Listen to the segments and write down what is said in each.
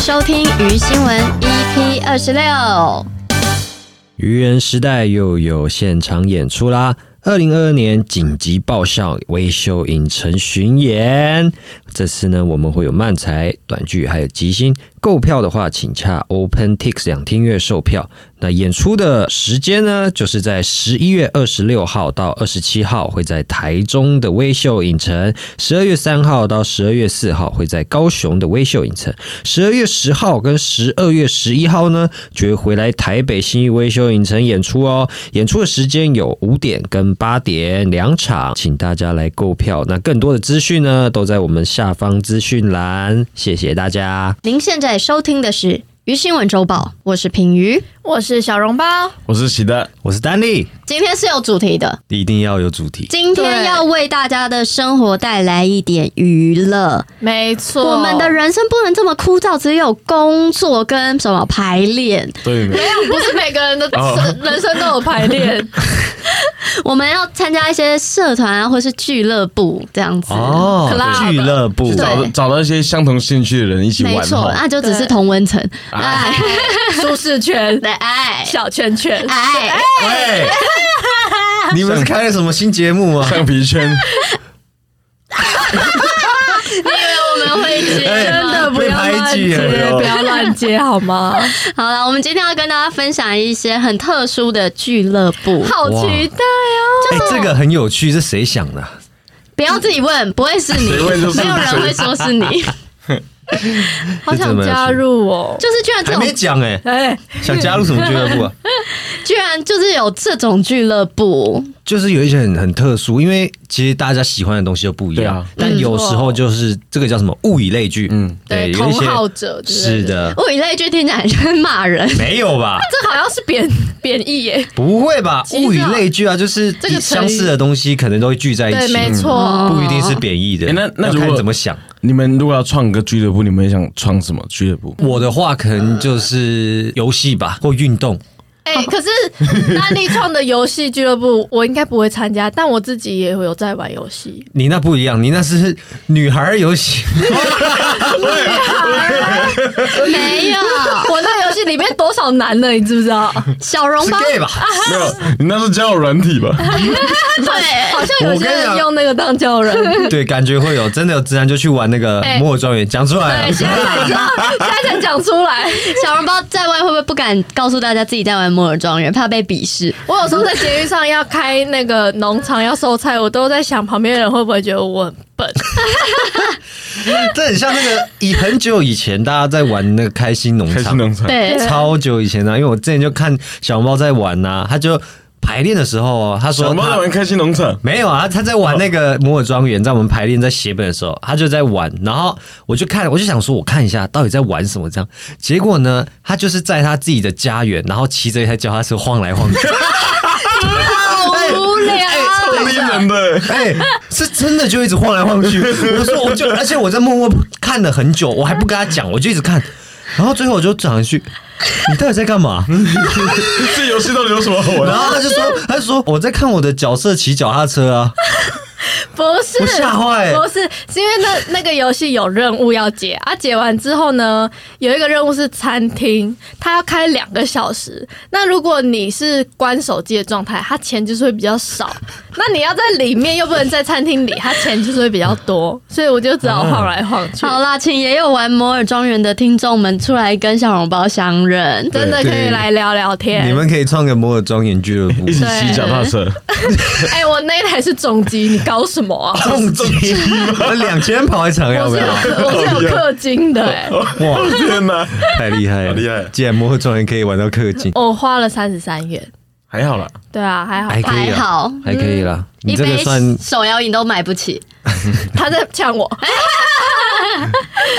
收听鱼新闻 EP 二十六。愚人时代又有现场演出啦！二零二二年紧急爆笑微秀影城巡演，这次呢我们会有漫才、短剧还有即兴。购票的话，请洽 OpenTix 两厅院售票。那演出的时间呢，就是在十一月二十六号到二十七号会在台中的微秀影城，十二月三号到十二月四号会在高雄的微秀影城，十二月十号跟十二月十一号呢，就会回来台北新义微秀影城演出哦。演出的时间有五点跟八点两场，请大家来购票。那更多的资讯呢，都在我们下方资讯栏。谢谢大家。您现在收听的是鱼新闻周报，我是品鱼。我是小笼包，我是喜德，我是丹力，今天是有主题的，一定要有主题。今天对要为大家的生活带来一点娱乐。没错，我们的人生不能这么枯燥，只有工作跟什么排练。对， 没有，不是每个人的哦生人生都有排练，我们要参加一些社团啊，或是俱乐部这样子。哦 Club 俱乐部对找找到一些相同兴趣的人一起没玩哦错，吼，那就只是对同温层。哎， 舒适圈、 对，哎，小圈圈，哎，哎，你们是开了什么新节目 啊？ 橡皮圈，我们会接哎吗真的不被要排乱挤接，了哟不要乱接好吗？好了，我们今天要跟大家分享一些很特殊的俱乐部，好期待哦！哎，这个很有趣，是谁想的啊？不要自己问，不会是你，谁问就是没有人会说是你，好想加入哦！就是居然这还种没，讲哎，哎，想加入什么俱乐部啊？居然就是有这种俱乐部，就是有一些很很特殊，因为其实大家喜欢的东西都不一对样，啊但有时候就是这个叫什么物以类聚，嗯嗯，对，有同一些好者之类是，的，物以类聚，听起来就是骂人。没有吧？这好像是贬贬义耶。不会吧？实啊物以类聚啊，就是这个成语相似的东西可能都会聚在一对，起，没错，不一定是贬义的。哎那那要如看果怎么想。你们如果要创个俱乐部，你们想创什 么俱乐部？我的话可能就是游戏吧，或运动。哎，可是丹力创的游戏俱乐部，我应该不会参加，但我自己也有在玩游戏。 你那不一样，你那是女孩儿游戏，没有，我那游戏里面多少男的，你知不知道？小笼是包 gay 吧？没有，你那是交友软体吧？ 对，好像有些人用那个当叫人。对，感觉会有，真的有直男就去玩那个哎摩尔庄园，讲出来啊对，了。现在才知道，现在才讲出来。小笼包在外会不会不敢告诉大家自己在玩摩尔庄园，怕被鄙视？我有时候在捷运上要开那个农场要收菜，我都在想旁边的人会不会觉得我很 笨。 这很像那个以很久以前大家在玩那个开心农开场心，农场，对，超久以前啊，因为我之前就看小猫在玩呐、他就排练的时候哦，他说小猫在他玩开心农场，没有啊，他在玩那个摩尔庄园，在我们排练在写本的时候，他就在玩，然后我就看，我就想说，我看一下到底在玩什么这样。结果呢，他就是在他自己的家园，然后骑着一台脚踏车晃来晃去，好无聊。 超逼人的，欸哎、是真的就一直晃来晃 去。我说我就，而且我在默默看了很久，我还不跟他讲，我就一直看，然后最后我就讲一句：“你到底在干嘛？”这游戏到底有什么好然玩？后他就说，他就说我在看我的角色骑脚踏车啊，不是，我吓坏不是，是因为那那个游戏有任务要解啊，解完之后呢，有一个任务是餐厅，它要开两个小时。那如果你是关手机的状态，它钱就是会比较少。 那你要在里面，又不能在餐厅里，它钱就是会比较多。所以我就啊只好晃来晃去。好啦，请也有玩摩尔庄园的听众们出来跟小笼包相认。真的可以来聊聊天。你们可以创个摩尔庄园俱乐部 一。起骑脚踏车， 哎、我那一台是重机，你搞什 么啊？重击，我两千跑一场要我不是有要？氪我是有氪金的、哎，哇，天哪，太厉害了！好厉害竟然摩尔庄园可以玩到氪金，我哦花了三十三元。还好啦，对啊，还好还嗯可以还啊好，还可以啦。你一这个杯 算手摇饮都买不起， 他在呛我。哎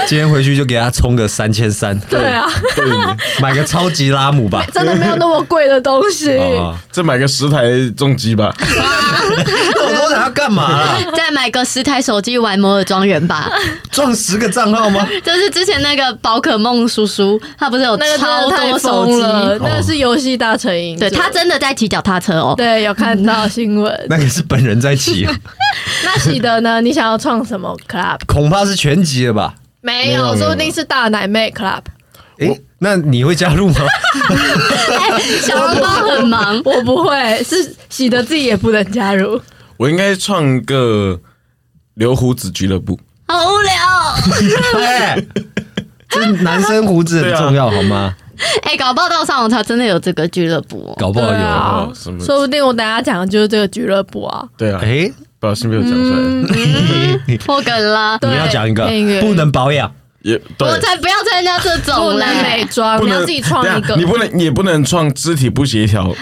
今天回去就给他充个三千三，对啊，买个超级拉姆 吧。真的没有那么贵的东 西。哦，再买个十台重机吧，那我都想要干嘛啊啦？再买个十台手机玩摩尔庄园 吧。撞十个账号吗？就是之前那个宝可梦叔叔，他不是有那个真超的多太手疯机？了，那个是游戏大成瘾。对他真真的在骑脚踏车哦。 对有看到新 闻。那个是本人在骑，那喜德呢？你想要创什么 club？恐怕是全集了吧？没没有有，没有说不定是大奶妹 club。诶、那你会加入吗？小笼包很忙，我不会，是喜得自己也不能加入。我应该创个留胡子俱乐部。好 无聊。哎、这男生胡子很重要好吗？哎、搞不好到上网查真的有这个俱乐部、哦。搞不好有对哦。啊哦什么说不定我等一下讲的就是这个俱乐部啊。对啊，哎、不小心被我讲出来了，破梗啦！对你要讲一个那个不能保养，也我对，才不要参加这种不能嘞美妆，不哦你能要自己创一等个下你。不能也不能创肢体不协调。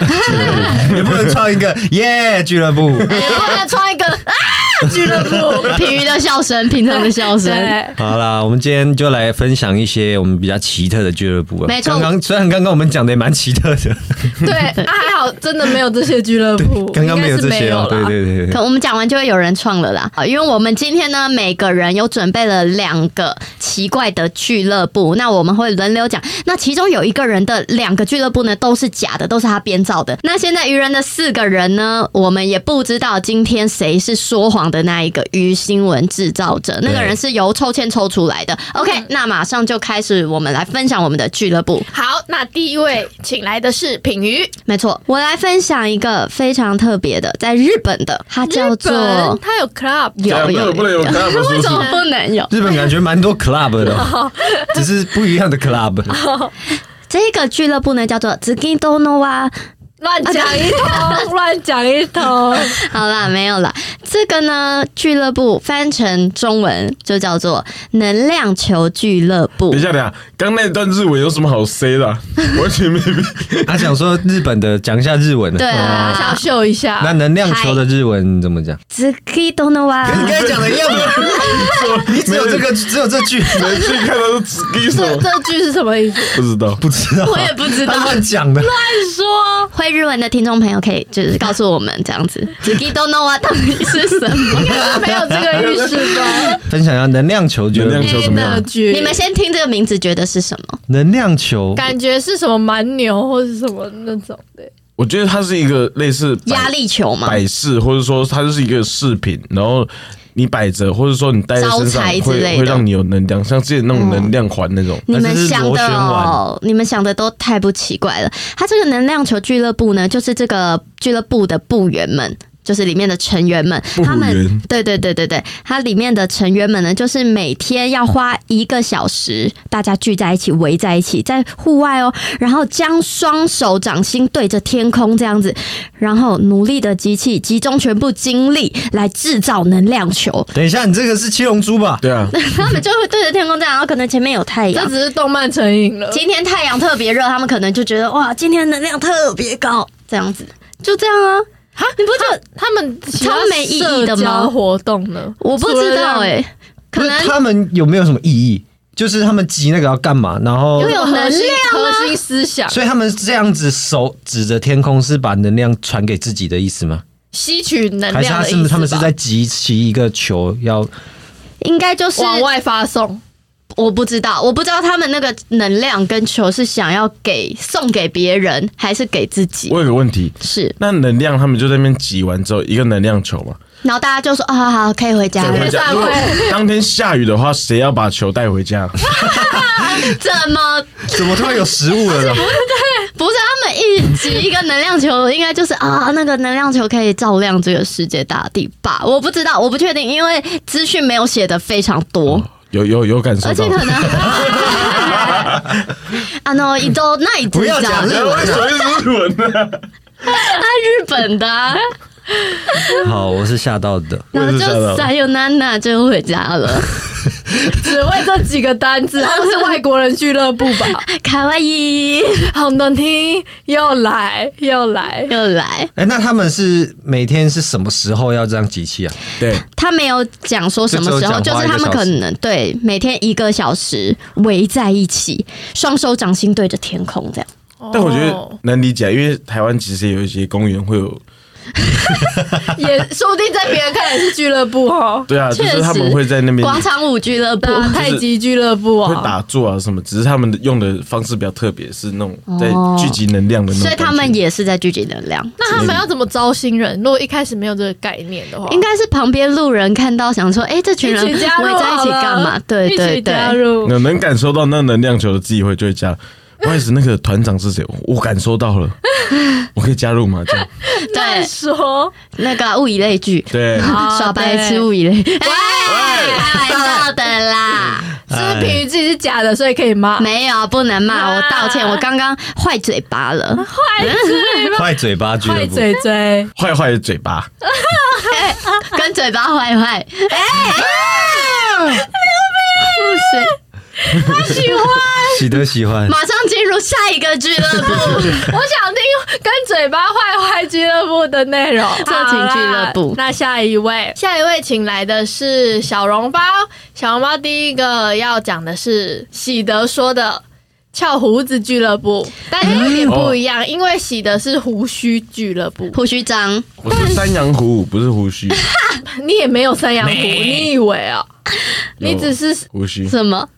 也不能创一个耶俱乐部。不能创一个啊 俱乐部。 疲于的笑声，平常的笑声。对，好啦，我们今天就来分享一些我们比较奇特的俱乐部啊。没错刚刚虽然刚刚我们讲的也蛮奇特的，对，啊还好真的没有这些俱乐部，刚刚应该有是这没些有哦、对啦。对对对。可我们讲完就会有人创了啦，好因为我们今天呢，每个人有准备了两个奇怪的俱乐部，那我们会轮流讲。那其中有一个人的两个俱乐部呢都是假的，都是他编造的。那现在愚人的四个人呢，我们也不知道今天谁是说谎的那一个鱼新闻制造者，那个人是由抽签抽出来的。OK，那嗯马上就开始，我们来分享我们的俱乐部。好，那第一位请来的是品瑜，没错，我来分享一个非常特别的，在日本的，它叫做日本他有 club， 有有有不能有有 club，是 不是？不能有？日本感觉蛮多 club 的哦，只是不一样的 club。这个俱乐部呢叫做 z u k i d o no wa。乱讲一通，乱讲一 通。好啦，没有啦。这个呢俱乐部翻成中文就叫做能量球俱乐部等一。下，等一下，刚那段日文有什么好 say 的啊？ 完全没必他想说日本的，讲一下日文的。对大家啊想秀一那下，能量球的日文怎么讲？ z u k i d o no wa。才讲的一样的，你只有这个，只有这句，能去看到是指什这 么？这句是什么意思？不知道。不知道， 我也不知道他乱讲的。说会日文的听众朋友可以就是告诉我们这样 子 z u k i d o no wa 到底是什么？没有这个意识 吧？哎分享一下能量球，觉能得量球怎么样？你们先听这个名字觉得是什么？能量球感觉是什么蛮牛或是什么那种的，我觉得它是一个类似摆压力球吗？摆饰，或者说它就是一个饰品，然后你摆着，或者说你戴在身招上财之类的会会让你有能量，像之前那种能量环那种。你们想的还是是螺哦，你们想的都太不奇怪了。他这个能量球俱乐部呢，就是这个俱乐部的部员们。就是里面的成员们，部员他们对对对对对，它里面的成员们呢，就是每天要花一个小时，大家聚在一起，围在一起，在户外哦，然后将双手掌心对着天空这样子，然后努力的集气，集中全部精力来制造能量球，等一下，你这个是七龙珠吧？对啊，他们就会对着天空这样，然后可能前面有太 阳这，只是动漫成瘾了。今天太阳特别热，他们可能就觉得哇，今天能量特别高，这样子就这样啊。哈，你不觉得他们其他超没意义的吗社交活动呢？我不知道哎、不可是能他们有没有什么意义？就是他们集那个要干嘛？然后因，为有能量啊核心核心思想所以他们这样子手指着天空，是把能量传给自己的意思吗？吸取能还是量他的是意不思是他们吧是在集齐一个球要？应该就是往外发送？我不知道，我不知道他们那个能量跟球是想要给送给别人，还是给自己我。有个问题，是，那能量他们就在那边挤完之后，一个能量球嘛，然后大家就说啊，好好，可以回家带 回了。家。散如会果当天下雨的话，谁要把球带回家？怎么怎么突然有食物了呢？不是他们一集一个能量球，应该就是啊，那个能量球可以照亮这个世界大地吧？我不知道，我不确定，因为资讯没有写的非常多。有有有感受而且到？可能， 啊 no，一周那一不要讲日文所以是日文呢？日本的、 啊，好，我是吓到的。然后就我也是吓到 Sayonara 就回家了， 只为这几个单 字，他们是外国人俱乐部 吧？卡哇伊好难听，又来又来，又来。哎、那他们是每天是什么时候要这样集气啊？ 对，他没有讲说什么时候，就只就有讲话是他们可能对每天一个小时围在一起，双手掌心对着天空这样。但我觉哦得能理解，因为台湾其实也有一些公园会有也说不定在别人看来是俱乐部 哦，对啊，就确是实他们会在那边广场舞俱乐部。哦打太极俱乐部会哦，打坐啊什么，只是他们的用的方式比较特别，是那种在聚集能量的那种哦所感以觉。他们也是在聚集能量，那他们要怎么招新人？如果一开始没有这个概念的话，应该是旁边路人看到想说，哎、这群人一围起加入在一起干好嘛了？对一对起对，加入。那能感受到那能量球的机会就会加入。不好意思，那个团长是谁？我感受到 了，我可以加入吗？这样对再说，那个物以类聚，对， 啊耍白痴对物以类，哦哎，开玩笑的啦。哎是不是评语自己是假的，所以可以骂？没有，不能骂，我啊道歉，我刚刚坏嘴巴了。 坏嘴巴俱乐哎快部，嘴嘴，坏坏的嘴巴，跟嘴巴坏坏。哎、流鼻 水，喜得喜欢。马上进入下一个俱乐 部。 我想听跟嘴巴坏坏俱乐部的内容，色情俱乐部好啦那下一位，下一位请来的是小笼包。小笼包第一个要讲的是喜德说的。翘胡子俱乐部，但有点不一样，因为喜德是胡须俱乐部， 胡须章，我是山羊虎，不是胡须，你也没有三羊胡，你以为啊？有你只是胡须。什 么？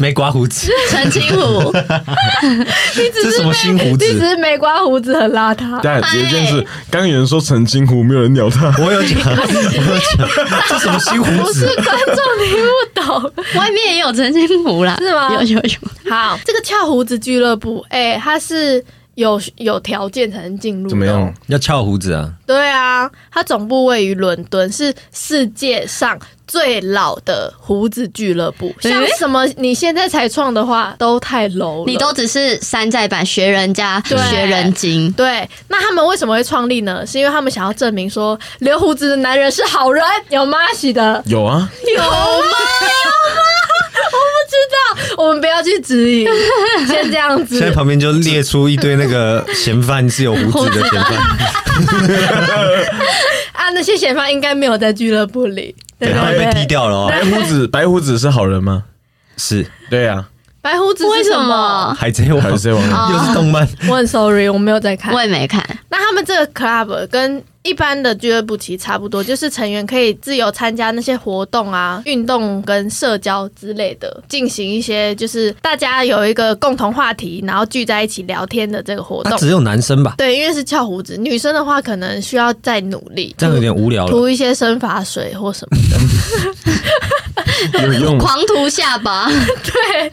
没刮胡子，陈清虎，你只这是什么新胡你只子？是没刮胡子很邋遢，大 家有一件事，刚刚有人说澄清湖，没有人鸟他。我有讲，我有讲，这什么新胡不是子？观众你不懂。外面也有陈清虎啦，是吗有有有，好，这个翘胡子俱乐部，哎、它是有有条件才能进入的哦 怎么样？？要翘胡子啊？对啊，它总部位于伦敦，是世界上最老的胡子俱乐部。诶像什么你现在才创的话，都太 low 了。你都只是山寨版学人家对学人精。对，那他们为什么会创立呢？是因为他们想要证明说留胡子的男人是好人，有妈洗的。有啊，有吗？ 有吗？我不知道，我们不要去质疑，先这样子。现在旁边就列出一堆那个嫌犯是有胡子的嫌犯，啊，那些嫌犯应该没有在俱乐部里，对对，不他们被踢对？掉了哦。白胡子，白胡子是好人吗？是对啊，白胡子是为什什么？么？海贼王，海贼王啊又是动漫，我很 sorry，我没有在看我。也没看，那他们这个 club 跟一般的俱乐部其实差不多，就是成员可以自由参加那些活动啊、运动跟社交之类的，进行一些就是大家有一个共同话题，然后聚在一起聊天的这个活他动。啊只有男生吧？对，因为是翘胡子，女生的话可能需要再努力，这样有点无聊了。涂一些生发水或什么。有用。狂徒下巴，对，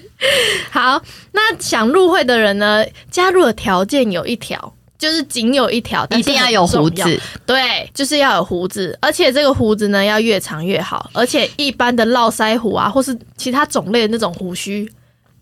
好，那想入会的人呢，加入的条件有一条，就是仅有一条，但一是定要很有胡重子。对，就是要有胡子，而且这个胡子呢要越长越好，而且一般的络腮胡啊，或是其他种类的那种胡须，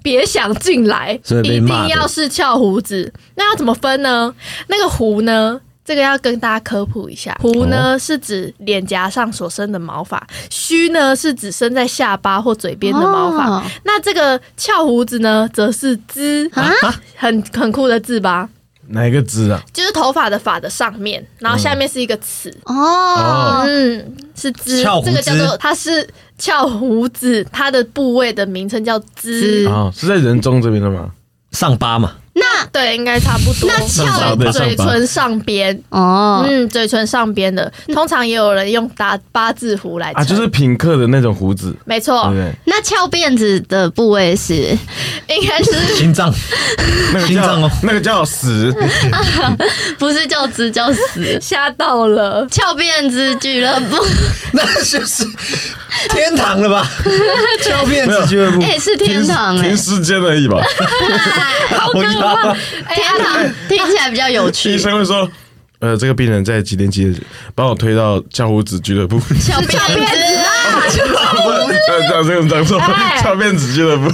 别想进来，所以被一骂定的要是翘胡子。那要怎么分呢？那个胡呢？这个要跟大家科普一下，胡哦呢、是指脸颊上所生的毛发，须呢是指生在下巴或嘴边的毛发，哦那这个翘胡子呢，则是滋，啊很很酷的字吧？ 哪一个字啊？就是头发的发的上面，然后下面是一个齿，哦，嗯，是滋翘，胡这子个叫做它是翘胡子，它的部位的名称叫滋滋，啊，是在人中这边的吗？上巴嘛，那对，应该差不多。那翘上巴对嘴上巴唇上边，哦，嗯，嘴唇上边的，通常也有人用打八字胡来啊，称就是品客的那种胡子，没对错不，对？那翘辫子的部位是应该是？心脏，那个心脏叫哦 那个叫死，不是叫直叫死吓到 了。翘辫子俱乐部，那就是天堂了吧？教辫子俱乐部哎、是天堂哎、停时间而已吧。好呀，哎天呀，堂听起来比较有医趣。生会说，呃，这个病人在几点几点，帮我推到教胡子俱乐部。翘辫子啊， 这样这样说，翘辫子俱乐部。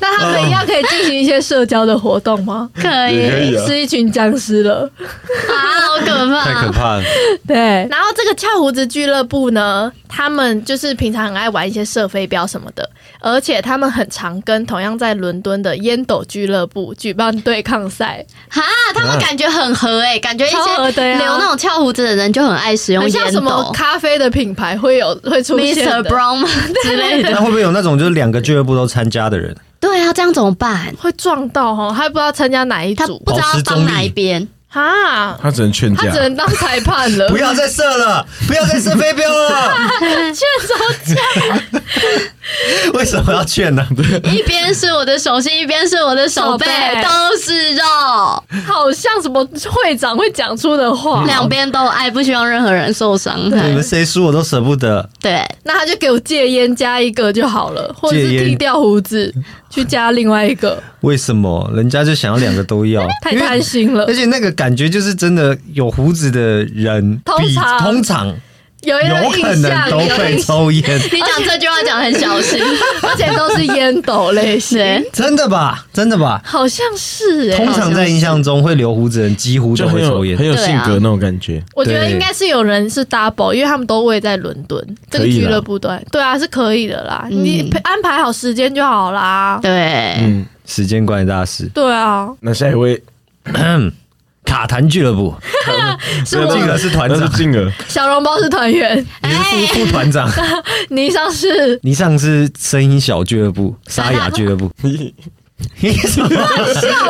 那他们要可以进行一些社交的活动吗？可也可以以啊是一群僵尸了。啊，好可太怕！可怕了。对，然后这个翘胡子俱乐部呢，他们就是平常很爱玩一些射飞镖什么的，而且他们很常跟同样在伦敦的烟斗俱乐部举办对抗赛，哈，他们感觉很合哎、感觉一超合些的呀留那种翘胡子的人就很爱使用很像烟什么斗咖啡的品牌会有会出现，Mr. 的 Brown 之类的。那会不会有那种就是两个俱乐部都参加的人？ 对啊，这样怎么办？会撞到哦，还不知道参加哪一他组。不知道保持中帮哪立一边，哈，他只能劝他架只，能当裁判了，不要再射了，不要再射飞镖了，劝说架。 为什么要劝 呢、一边是我的手心，一边是我的手背手，背都是肉，好像什么会长会讲出的话。两边都爱，不希望任何人受伤你害。们谁输我都舍不得。对，那他就给我戒烟加一个就好了，或者是戒烟剃掉胡子去加另外一个，为什么人家就想要两个都 要？太贪心了而。且那个感觉就是真的有胡子的人，通比常通常有一个有可印象，能都有一个会印象，抽烟， 你讲这句话讲得很小心，而且都是烟斗类型，对真的吧？真的吧？好像是哎、通常在印象中会留胡子的人几乎就都很会有抽烟很。有对啊性格那种感觉。我觉得对应该是有人是 double，因为他们都位在伦敦这个可以俱啦乐部对对啊是可以的啦，嗯你安排好时间就好啦。 对，嗯，时间管理大师，对啊，那下一位卡痰俱乐部，是我这个是哎团那长是，静儿，小笼包是团员， 你是副副团长，霓裳是你上是声音小俱乐部、沙哑俱乐部。 你什么？笑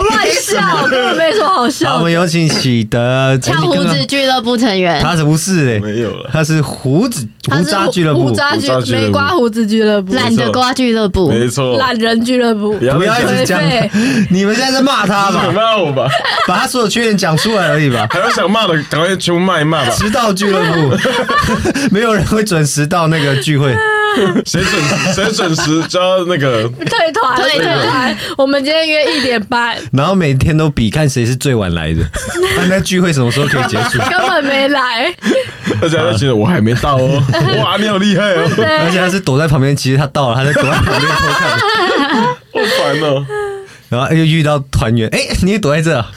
乱笑，根本没什么好好我笑的。们有请喜德翘胡，哎子你俱乐部成员刚刚，他是不是？哎，没有 了，他是胡子他胡是渣俱乐部胡。渣胡渣俱俱乐部没刮胡子俱乐部，懒得瓜俱乐部，没错，懒人俱乐 部，不不要一直讲颓废， 你们现在在骂他想吧？骂我吧，把他所有缺点讲出来而已吧。还有想骂的，赶快全部骂一骂吧。迟到俱乐部， 没有人会准时到那个聚会。谁准时谁准时就要那个退团，退退团团。我们今天约一点半，然后每天都比看谁是最晚来的，看、那聚会什么时候可以结 束。根本没 来。大家都觉得我还没到哦，哇，你好厉害哦，而且他是躲在旁边，其实他到了，他在躲在旁边偷看，好烦哦。然后又遇到团员，哎、你也躲在这、啊，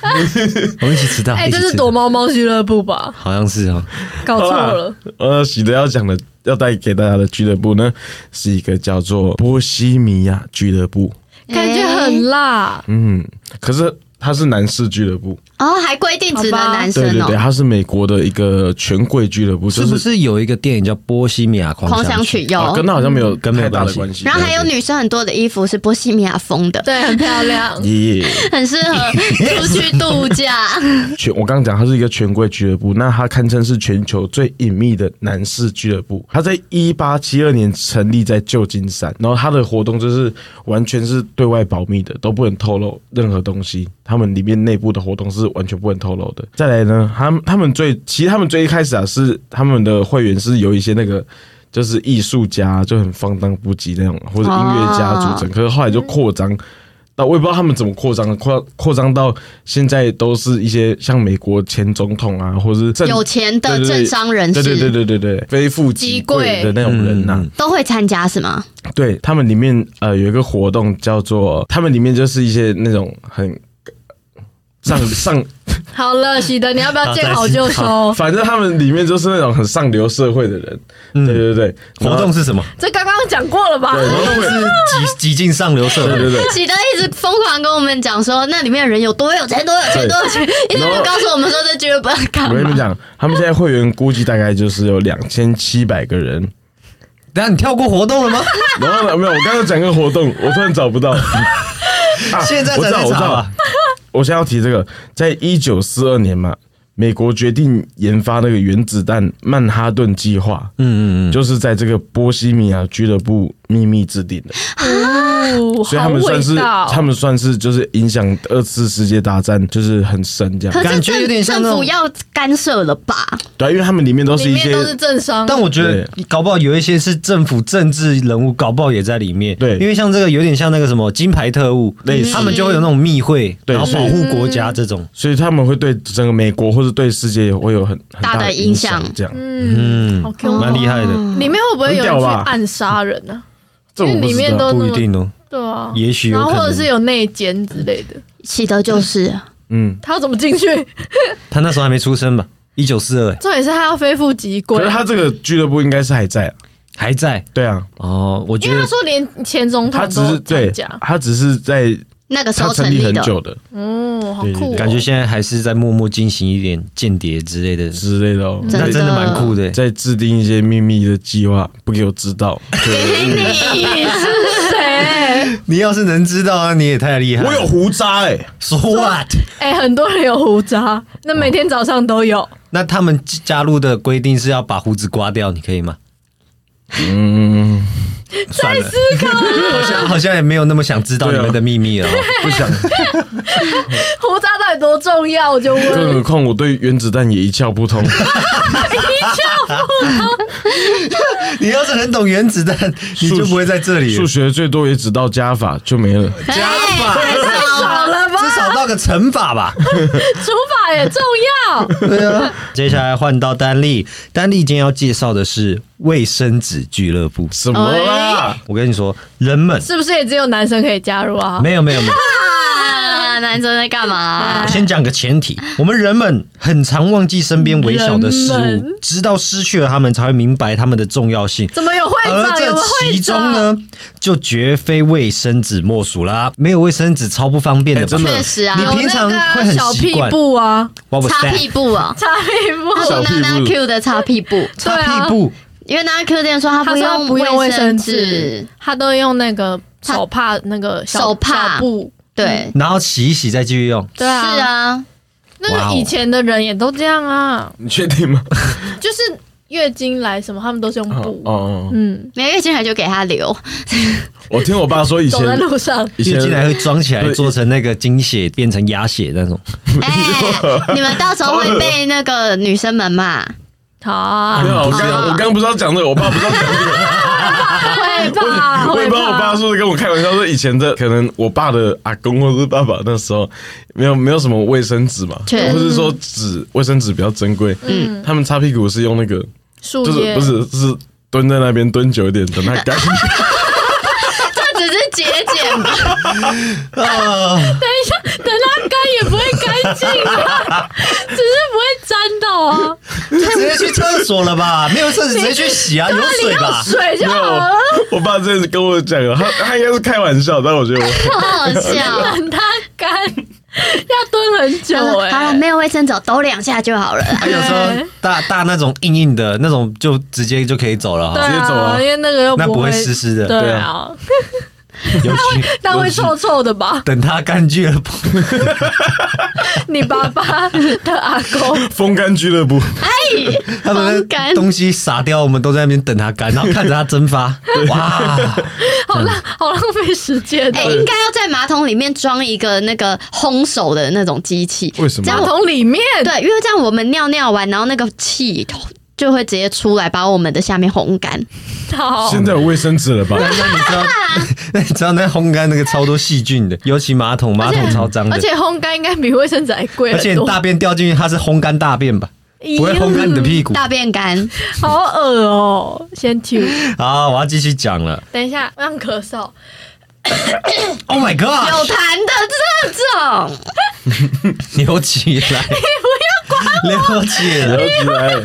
我们一起迟到，哎、一起这迟到是躲猫猫俱乐部吧？好像是哦，搞错了。呃，喜德要讲的要带给大家的俱乐部呢，是一个叫做波西米亚俱乐部。感觉哎很辣，嗯，可是它是男士俱乐部，哦，还规定只好能吧男对生对哦对，，它是美国的一个权贵俱乐部，就是不是有一个电影叫《波西米亚狂狂想想曲曲》？啊有跟。它好像没有跟没太有大的关关系。。然后还有女生很多的衣服是波西米亚风的， 对，很漂亮耶，很适合出去度假。全我刚刚讲，它是一个权贵俱乐部，那它堪称是全球最隐秘的男士俱乐部。它在一八七二年成立在旧金山，然后它的活动就是完全是对外保密的，都不能透露任何东西。他们里面内部的活动是完全不能透露的。再来呢，他们他们最其实他们最一开始啊，是他们的会员是有一些那个。就是艺术家就很放荡不羁那种，或者音乐家组成，可是后来就扩张，到我也不知道他们怎么扩张的，扩扩张到现在都是一些像美国前总统啊，或者是政有钱的对对对政商人士对对对对对对，非富即贵的那种人呐、嗯 都会参加是吗？对他们里面呃有一个活动叫做，他们里面就是一些那种很。上 上，好了，喜德，你要不要见好就收？反正他们里面就是那种很上流社会的人，对对对，嗯活动是什么？这刚刚讲过了吧？对活动是，几几进上流社对对会，对，喜德一直疯狂跟我们讲说，那里面的人有多有钱，多有钱，对多有钱，一直没有告诉我们说这俱乐部要干我跟你们嘛。讲，他们现在会员估计大概就是有两千七百个人，等一下你跳过活动了 吗？然后呢，没有，我刚刚讲个活动，我突然找不到。啊现在我知才道，在我知查道吧，。我现在要提这个，在一九四二年嘛，美国决定研发那个原子弹曼哈顿计划，嗯嗯嗯，就是在这个波西米亚俱乐部秘密制定的，哦，所以他好哦们算是味道。他们算是就是影响二次世界大战就是很深这样，可是感觉有点像政那政府种要干涉了吧？对，因为他们里面都是里一面些都是政商，但我觉得搞不好有一些是政府政治人物，搞不好也在里面。对因为像这个有点像那个什么金牌特务，类似他们就会有那种密会，对然后是保护国家这种。所以他们会对整个美国或者对世界也会有很很大的的影响这样。嗯，好 Q 蛮厉害的，里面会不会有人很去屌吧暗杀人呢？这我因为不里知面道都不那一么定哦，对啊，也许有然后或可者是能。有内奸之类的，喜德就是嗯，他要怎么进去？他那时候还没出生吧？一九四二重点是他要非富即可贵是。他这个俱乐部应该是还在啊，还在对啊，哦，我觉因为他得说连前总他统只是都对参加，，他只是在那个时他候成立立的很，久的嗯，好酷哦，感觉现在还是在默默进行一点间谍之类的，之类的哦，真那的真的蛮酷的欸。在制定一些秘密的计划，不给我知道，给你 谁？你要是能知道，那啊你也太厉害了。我有胡渣哎、 So what？哎、很多人有胡渣，那每天早上都有。那他们加入的规定是要把胡子刮掉，你可以吗？嗯，算了，好像好像也没有那么想知道你们的秘密了哦。不想。胡渣到底多重要？我就问。更何况我对原子弹也一窍不 通。 你要是很懂原子弹，你就不会在这 里了数学最多也只到加法就没了。加法，哎太少了吧？至少到个乘 法吧。除法也重要，对啊，接下来换到丹丽，丹丽今天要介绍的是卫生纸俱乐部。什么啦？我跟你说，人们是不是也只有男生可以加入啊？没有没有没有。啊男生在干哎嘛？先讲个前提，我们人们很常忘记身边微小的事人物们，直到失去了它们，才会明白它们的重要性。怎么有会而这长？有没有会其中长？呢，就绝非卫生纸莫属啦。没有卫生纸超不方便的吧，哎真的确实啊，你我平常会哦那很个小习屁惯。布啊， What was 擦 that？屁股啊。擦屁股，他说小屁股 Nana Q 的擦屁股，擦对啊屁股，因为 Nana Q 店说他他不说他用不用卫生生纸，，他都用那个手帕，那个小手帕小布。对，然后洗一洗再继续用。嗯对啊，是，啊，那哇哦个以前的人也都这样啊，你确定吗？就是月经来什么，他们都是用哦布。哦，嗯，每个月进来就给他留，我听我爸说以前走在路上，以月前经来会装起来，对做成那个经血，变成鸭血那种。 哎，你们到时候会被那个女生们骂，好啊没，有，我刚啊我刚刚不知道讲这个，我爸不知道讲这个，会吧？ 我也会啊不知道我爸吧？是不是跟我开玩笑说以前的可能我爸的阿公或是爸爸那时候没有没有什么卫生纸嘛，确或是说纸卫生纸比较珍贵，嗯，他们擦屁股是用那个，树就是叶不是是蹲在那边蹲久一点，等它 干。 这只是节俭 吧？等它干也不会干净啊，只是不会沾到啊，直接去厕所了吧？没有厕所直接去洗啊，有水吧？水就没好有了。，我爸这次跟我讲啊了，他他应该是开玩笑，但我觉得我好好 笑。等它干要蹲很久他说：“好哎、了，没有卫生纸，抖两下就好了。还有说大大那种硬硬的那种，就直接就可以走了对哈，直接走啊，啊因为那个又那不会会湿湿的。对对啊，尤其但会臭臭 的吧？等它干俱乐部，你爸爸的阿公，风干俱乐部，他们风干的东西撒掉，我们都在那边等它干，然后看着它蒸发。 哇，好浪好浪费时间啊哎，的。应该要在马桶里面装一个那个烘手的那种机器， 为什么这马样我桶里面，对，因为这样我们尿尿完，然后那个气就会直接出来，把我们的下面烘干。好，现在有卫生纸了吧？那那你知道，那你知道那烘干那个超多细菌的，尤其马桶，马桶超脏的而，且烘干应该比卫生纸还贵而且很你多，大便掉进去，它是烘干大便吧？不会烘干你的屁股。大便干，好恶哦、先求，好，我要继续讲了。等一下让咳嗽， Oh my 有 god！痰的这种。扭起 来，你不要 管我，扭起来。聊起来，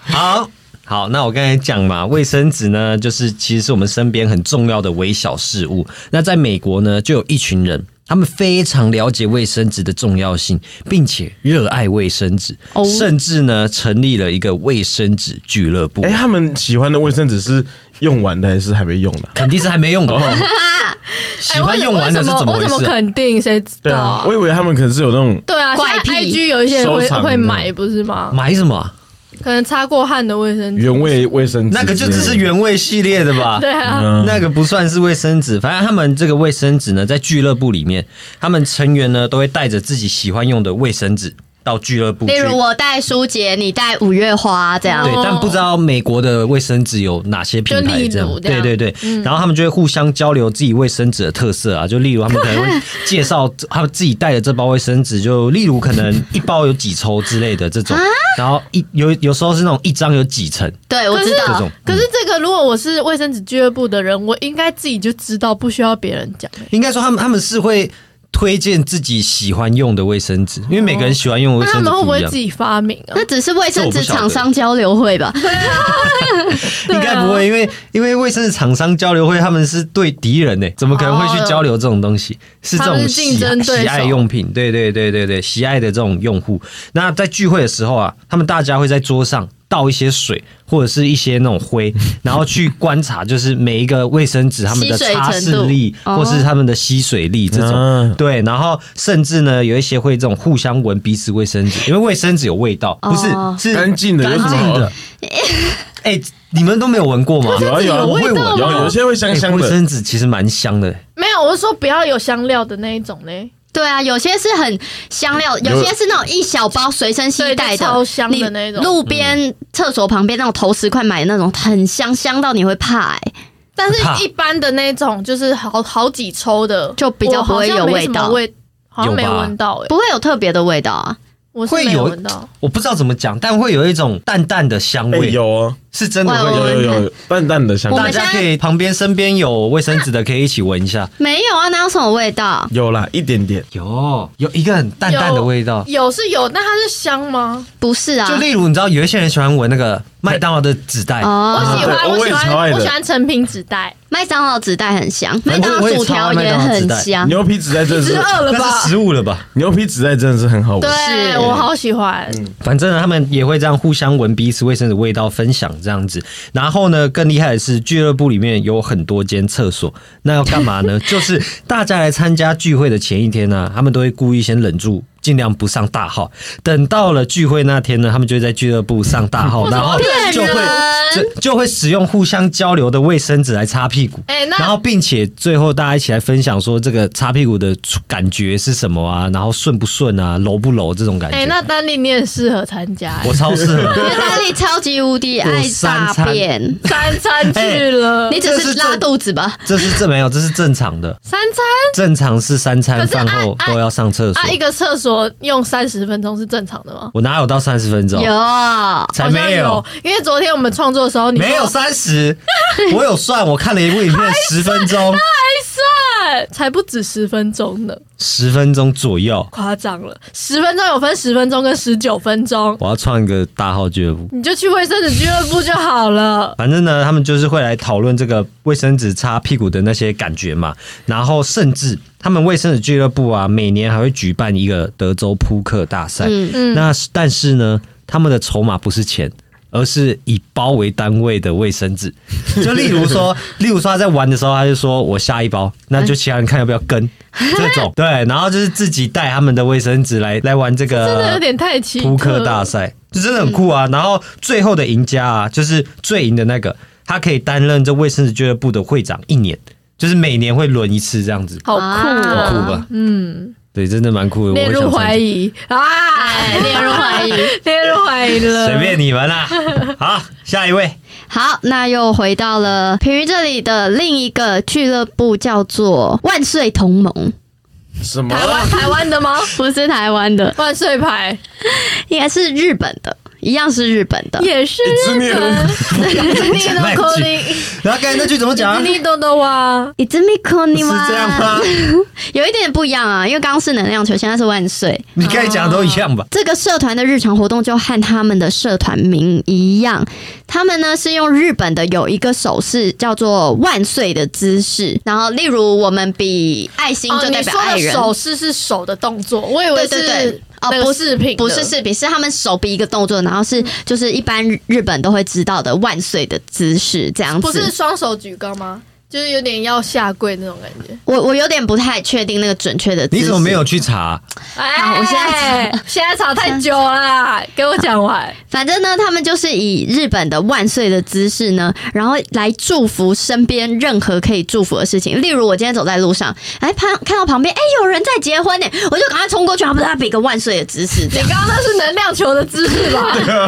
好好，那我刚才讲嘛，卫生纸呢，就是其实是我们身边很重要的微小事物。那在美国呢，就有一群人。他们非常了解卫生纸的重要性，并且热爱卫生纸哦甚至呢成立了一个卫生纸俱乐部哎、。他们喜欢的卫生纸是用完的还是还没用的？肯定是还没 用的，哦哎喜欢用完的是哎为什怎么么？回为什么事啊？肯定？谁知对道啊，啊我？以为他们可能是有那种对啊，怪现在癖 IG 有一些人收会藏的会买，不是吗？买什么啊？可能擦过汗的卫生纸，原味卫生纸之那类的，嗯个就只是原味系列的吧？对啊，那个不算是卫生纸，反正他们这个卫生纸呢，在俱乐部里面，他们成员呢都会带着自己喜欢用的卫生纸到俱乐部去。例如我带舒洁，你带五月花这样对。，但不知道美国的卫生纸有哪些品牌这就例样。如这对样对对，然后他们就会互相交流自己卫生纸的特色啊，就例如他们可能会介绍他们自己带的这包卫生纸，就例如可能一包有几抽之类的这种，然后一有有时候是那种一张有几层对，我知这道种。。可是这个，如果我是卫生纸俱乐部的人，我应该自己就知道，不需要别人讲、欸应该说他们他们是会推荐自己喜欢用的卫生纸，因为每个人喜欢用的卫那他生纸们会不不一会样自，己发明啊那？只是卫生纸厂商交流会吧？ 应该啊不会，因为因为卫生纸厂商交流会他们是对敌人呢、怎么可能会去交流这种东西？是这哦他种们是喜竞争对手喜爱用品，对对对对对，喜爱的这种用户。那在聚会的时候啊，他们大家会在桌上。倒一些水或者是一些那种 灰，然后去观察，就是每一个卫生纸它们的吸水擦程度拭力，哦或是它们的吸水力这啊种。对，然后甚至呢，有一些会这种互相闻彼此卫生纸，因为卫生纸有味道，不是哦是干净的有干什么净好的。哎，你们都没有闻过吗？有啊有啊，有味会道闻，有吗有些会香香哎卫的。生纸其实蛮香的。没有，我是说不要有香料的那一种嘞。对啊，有些是很香料，有些是那种一小包随身携带对就的，超香的你那种路边厕所旁边那种投十块买的那种，很香，香到你会怕、欸。但怕是一般的那种就是好好几抽的，就比较我好像不会有没什么味道味好像有吧没闻到哎、欸，不会有特别的味道啊。我是会没有闻到。我不知道怎么讲，但会有一种淡淡的香哎，味，有哦，是真的哇我会有。有有有有淡淡的香我大们味，现家在可以旁边身边有卫生纸的，可以一起闻一下。没有啊，哪有什么味道？有啦，一点点。有有一个很淡淡的味道，有是有，但它是香吗？不是啊就，例如你知道有一些人喜欢闻那个麦当劳的纸袋，我哦，喜欢，啊对我喜我也超欢，爱的我喜欢成品纸袋。麦当劳纸袋很香，我麦当劳我也薯超条爱麦也当劳纸很袋香。牛皮纸袋真的是，饿那是？食物了吧？牛皮纸袋真的是很好闻。对，我好喜欢。反正呢，他们也会这样互相闻彼此卫生纸味道，分享这样子。然后呢，更厉害的是，俱乐部里面有很多间厕所，那要干嘛 呢？就是大家来参加聚会的前一天呢、他们都会故意先忍住。尽量不上大号，等到了聚会那天呢，他们就会在俱乐部上大 号，然后就会就就会使用互相交流的卫生纸来擦屁股。哎那然后并且最后大家一起来分享说这个擦屁股的感觉是什么啊，然后顺不顺啊，揉不揉这种感觉。哎、那丹丽你也适合参加、欸我超适合。 因为大力超级无敌爱大便，三餐去 了，你只是拉肚子吧？这是这没有，这是正常的。三餐正常是三餐饭后可是啊啊都要上厕所啊，，一个厕所用三十分钟是正常的吗？我哪有到三十分钟？有啊，才好像没有，，因为昨天我们创作的时候，你说没有三十，我有算，我看了一部影 片，十分钟，哎才不止十分钟呢，十分钟左右。夸张了。十分钟有分十分钟跟十九分钟，我要创一个大号俱乐部。你就去卫生纸俱乐部就好了。反正呢，他们就是会来讨论这个卫生纸擦屁股的那些感觉嘛，然后甚至他们卫生纸俱乐部啊，每年还会举办一个德州扑克大赛。嗯嗯那是但是呢，他们的筹码不是钱。而是以包为单位的卫生 纸，就例如说，例如说他在玩的时候，他就说我下一包，那就其他人看要不要跟这 种，对，然后就是自己带他们的卫生纸来来玩这个，真的有点太奇特呃扑克大赛，就真的很酷啊。然后最后的赢家啊，就是最赢的那个，他可以担任这卫生纸俱乐部的会长一年，就是每年会轮一次这样子，好酷很啊哦，酷吧？嗯，对，真的蛮酷的。列我会想入参加怀，疑啊，哎，列入怀疑。 列入怀疑了。随便你们啦、好，下一位，好，那又回到了平鱼这里的另一个俱乐部，叫做万岁同盟，什么？台湾台湾的吗？不是台湾的，万岁牌也是日本的，一样是日本的。也是一只面那一句你都可以，然后刚才那句怎么讲啊？ 你都都哇，伊兹米科不尼是吗？这样吗？有一点不一样啊，因为刚刚是能量球，现在是万岁。你刚才讲的都一样吧？这个社团的日常活动就和他们的社团名一样，他们呢是用日本的有一个手势叫做万岁的姿势，然后例如我们比爱心哦，就代你表说爱的人，手势是手的动作，我以为对对对是哦那个不饰品的，不是视频，是他们手比一个动作，然后是就是一般日本都会知道的万岁的姿势这样子。不是双手举高吗？就是有点要下跪那种感觉。我我有点不太确定那个准确的姿势。你怎么没有？去查？哎我现在现在吵太久啦，给我讲完。反正呢，他们就是以日本的万岁的姿势呢，然后来祝福身边任何可以祝福的事情。例如，我今天走在路上，哎，看看到旁边哎有人在结婚呢，我就赶快冲过去，然后跟他比个万岁的姿势，这 样。你刚刚那是能量球的姿 势吧？他比错，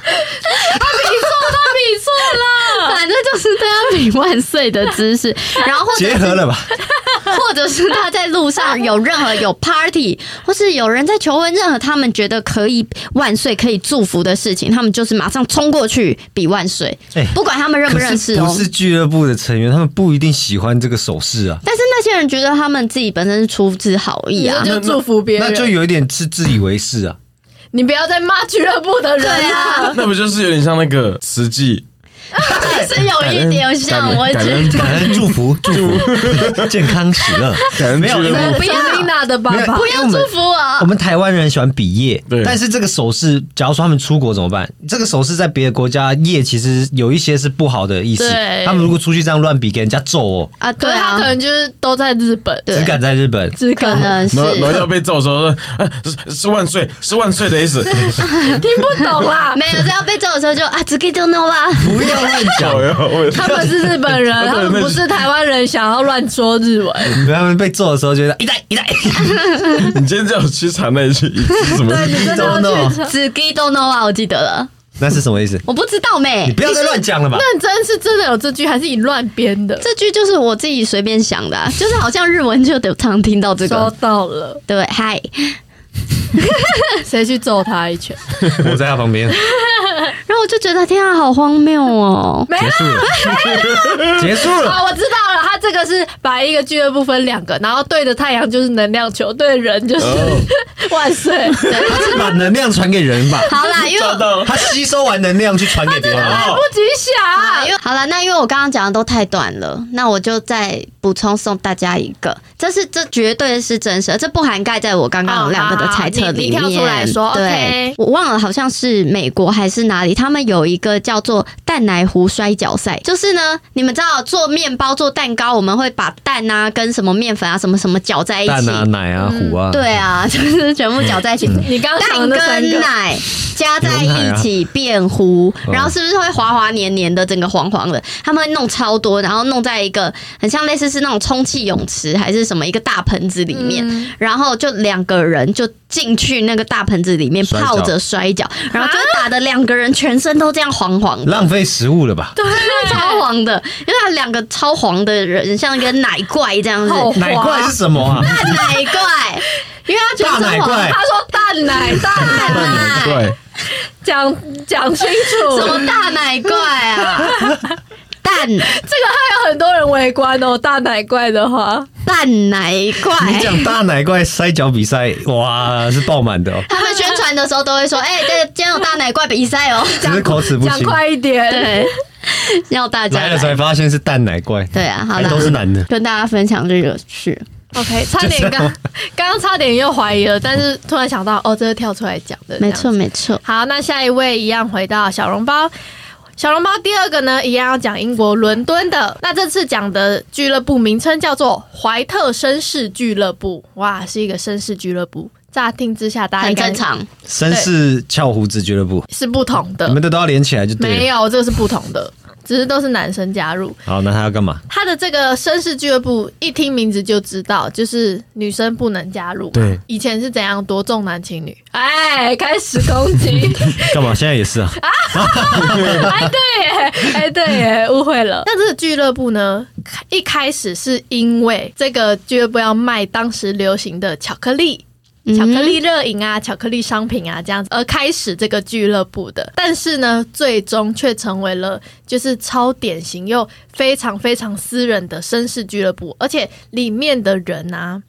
他比错了。反正就是对他比万岁的姿势，然后或者结合了吧？ 或者是他在路上有任何有 party，或 是有人在求婚，任何他们觉得可以万岁可以祝福的事情，他们就是马上冲过去比万岁，哎不管他们认不认识可哦是不。是俱乐部的成员，他们不一定喜欢这个手势啊，但是那些人觉得他们自己本身是出自好意你啊，就祝福别那就人，有一点是自以为是啊。你不要再骂俱乐部的人对了。啊，那不就是有点像那个实际其实有一点像，我感觉恩得 感恩祝福祝福 健康喜乐。感恩没有俱乐因为我部不要琳娜的爸啊没有爸不，要祝福我我。们台湾人喜欢比耶，对但是这个手势，假如说他们出国怎么办？这个手势在别的国家耶，其实有一些是不好的意思对。他们如果出去这样乱比，给人家揍哦，啊，可对是他啊可，能就是都在日本，对只敢在日本。 只可可能能是然后然后要被揍的时候说，哎，是是万岁，是万岁的意思。听不懂啦。没有，只要被揍的时候就啊，只给丢弄啦。不要乱讲，哎呦我 他们是日本人， 他们不是台湾人，想要乱说日 文。他们被揍的时候觉得哎一代一代， 你今天叫我去查那一句是什么？真的要去查 只给丢弄啊啦，我记得了， 那是什么意思？我不知道你没。不要再乱讲了 吧。认真是真的有这句，还是你乱编的？这句就是我自己随便想的啊、 就是好像日文就得常听到这收个。到了，对，嗨，谁去揍他一 拳？我在他旁边，然后我就觉得天啊，好荒谬哦！没结束了，结束了。啊，我知道了，他这个是把一个俱乐部分两个，然后对着太阳就是能量球，对人就是、哦万岁。对，他是把能量传给人吧？好啦，因为抓到了，他吸收完能量去传给别人。哦不吉啊，祥因，为好了，那因为我刚刚讲的都太短了，那我就再补充送大家一个，这是这绝对是真实的，这不涵盖在我刚刚有两个的猜测里面。哦哦好好你你跳出来说对 OK 我忘了好像是美国还是哪里，他们有一个叫做蛋奶糊摔跤赛，就是呢，你们知道做面包做蛋糕，我们会把蛋啊跟什么面粉啊什么什么搅在一起，蛋啊、奶啊、糊啊，对啊，就是全部搅在一起。你刚刚蛋讲的那三跟个，奶加在一起变糊，嗯然后是不是会滑滑黏黏的，整个黄黄的？他们会弄超多，然后弄在一个很像类似是那种充气泳池还是什么一个大盆子里面，嗯然后就两个人就进去那个大盆子里面摔跤泡着摔跤，然后就打的两个人全身都这样黄黄的。浪费食物了吧？超黄的，因为他两个超黄的人像一个奶怪这样子，好奶怪是什么啊？大奶怪，因为他全身大奶黄怪他说蛋奶蛋奶， 奶啊对，讲讲清 楚，什么大奶怪啊？哦 蛋这个还有很多人围观哦。大奶怪的话，蛋奶你怪。讲大奶怪摔跤比赛，哇，是爆满的哦，他们宣传的时候都会说：“哎、这今天有大奶怪比赛 哦。只是口齿不讲清。快一点，”要大家来了才来。发现是蛋奶怪，对啊，好还了，都是男的。跟大家分享这个事。 OK，差点啊刚刚刚差点又怀疑了，但是突然想到，哦，这是跳出来讲的，没这错，样子。没错。好，那下一位一样回到小笼包。小笼包第二个呢，一样要讲英国伦敦的。那这次讲的俱乐部名称叫做怀特绅士俱乐部，哇，是一个绅士俱乐部。乍听之下，大家很应该正常，绅士翘胡子俱乐部，是不同你的，们的都要连起来就没对了。有，这个是不同的，只是都是男生加入。好，那他要干嘛？他的这个绅士俱乐部一听名字就知道，就是女生不能加入。对，以前是怎样多重男轻女？哎，开始攻 击。干嘛？现在也是啊，哎，对耶，哎，对耶，误会了。那这个俱乐部呢，一开始是因为这个俱乐部要卖当时流行的巧克力。嗯巧克力热饮啊，巧克力商品啊，这样子而开始这个俱乐部的，但是呢，最终却成为了就是超典型又非常非常私人的绅士俱乐部，而且里面的人啊，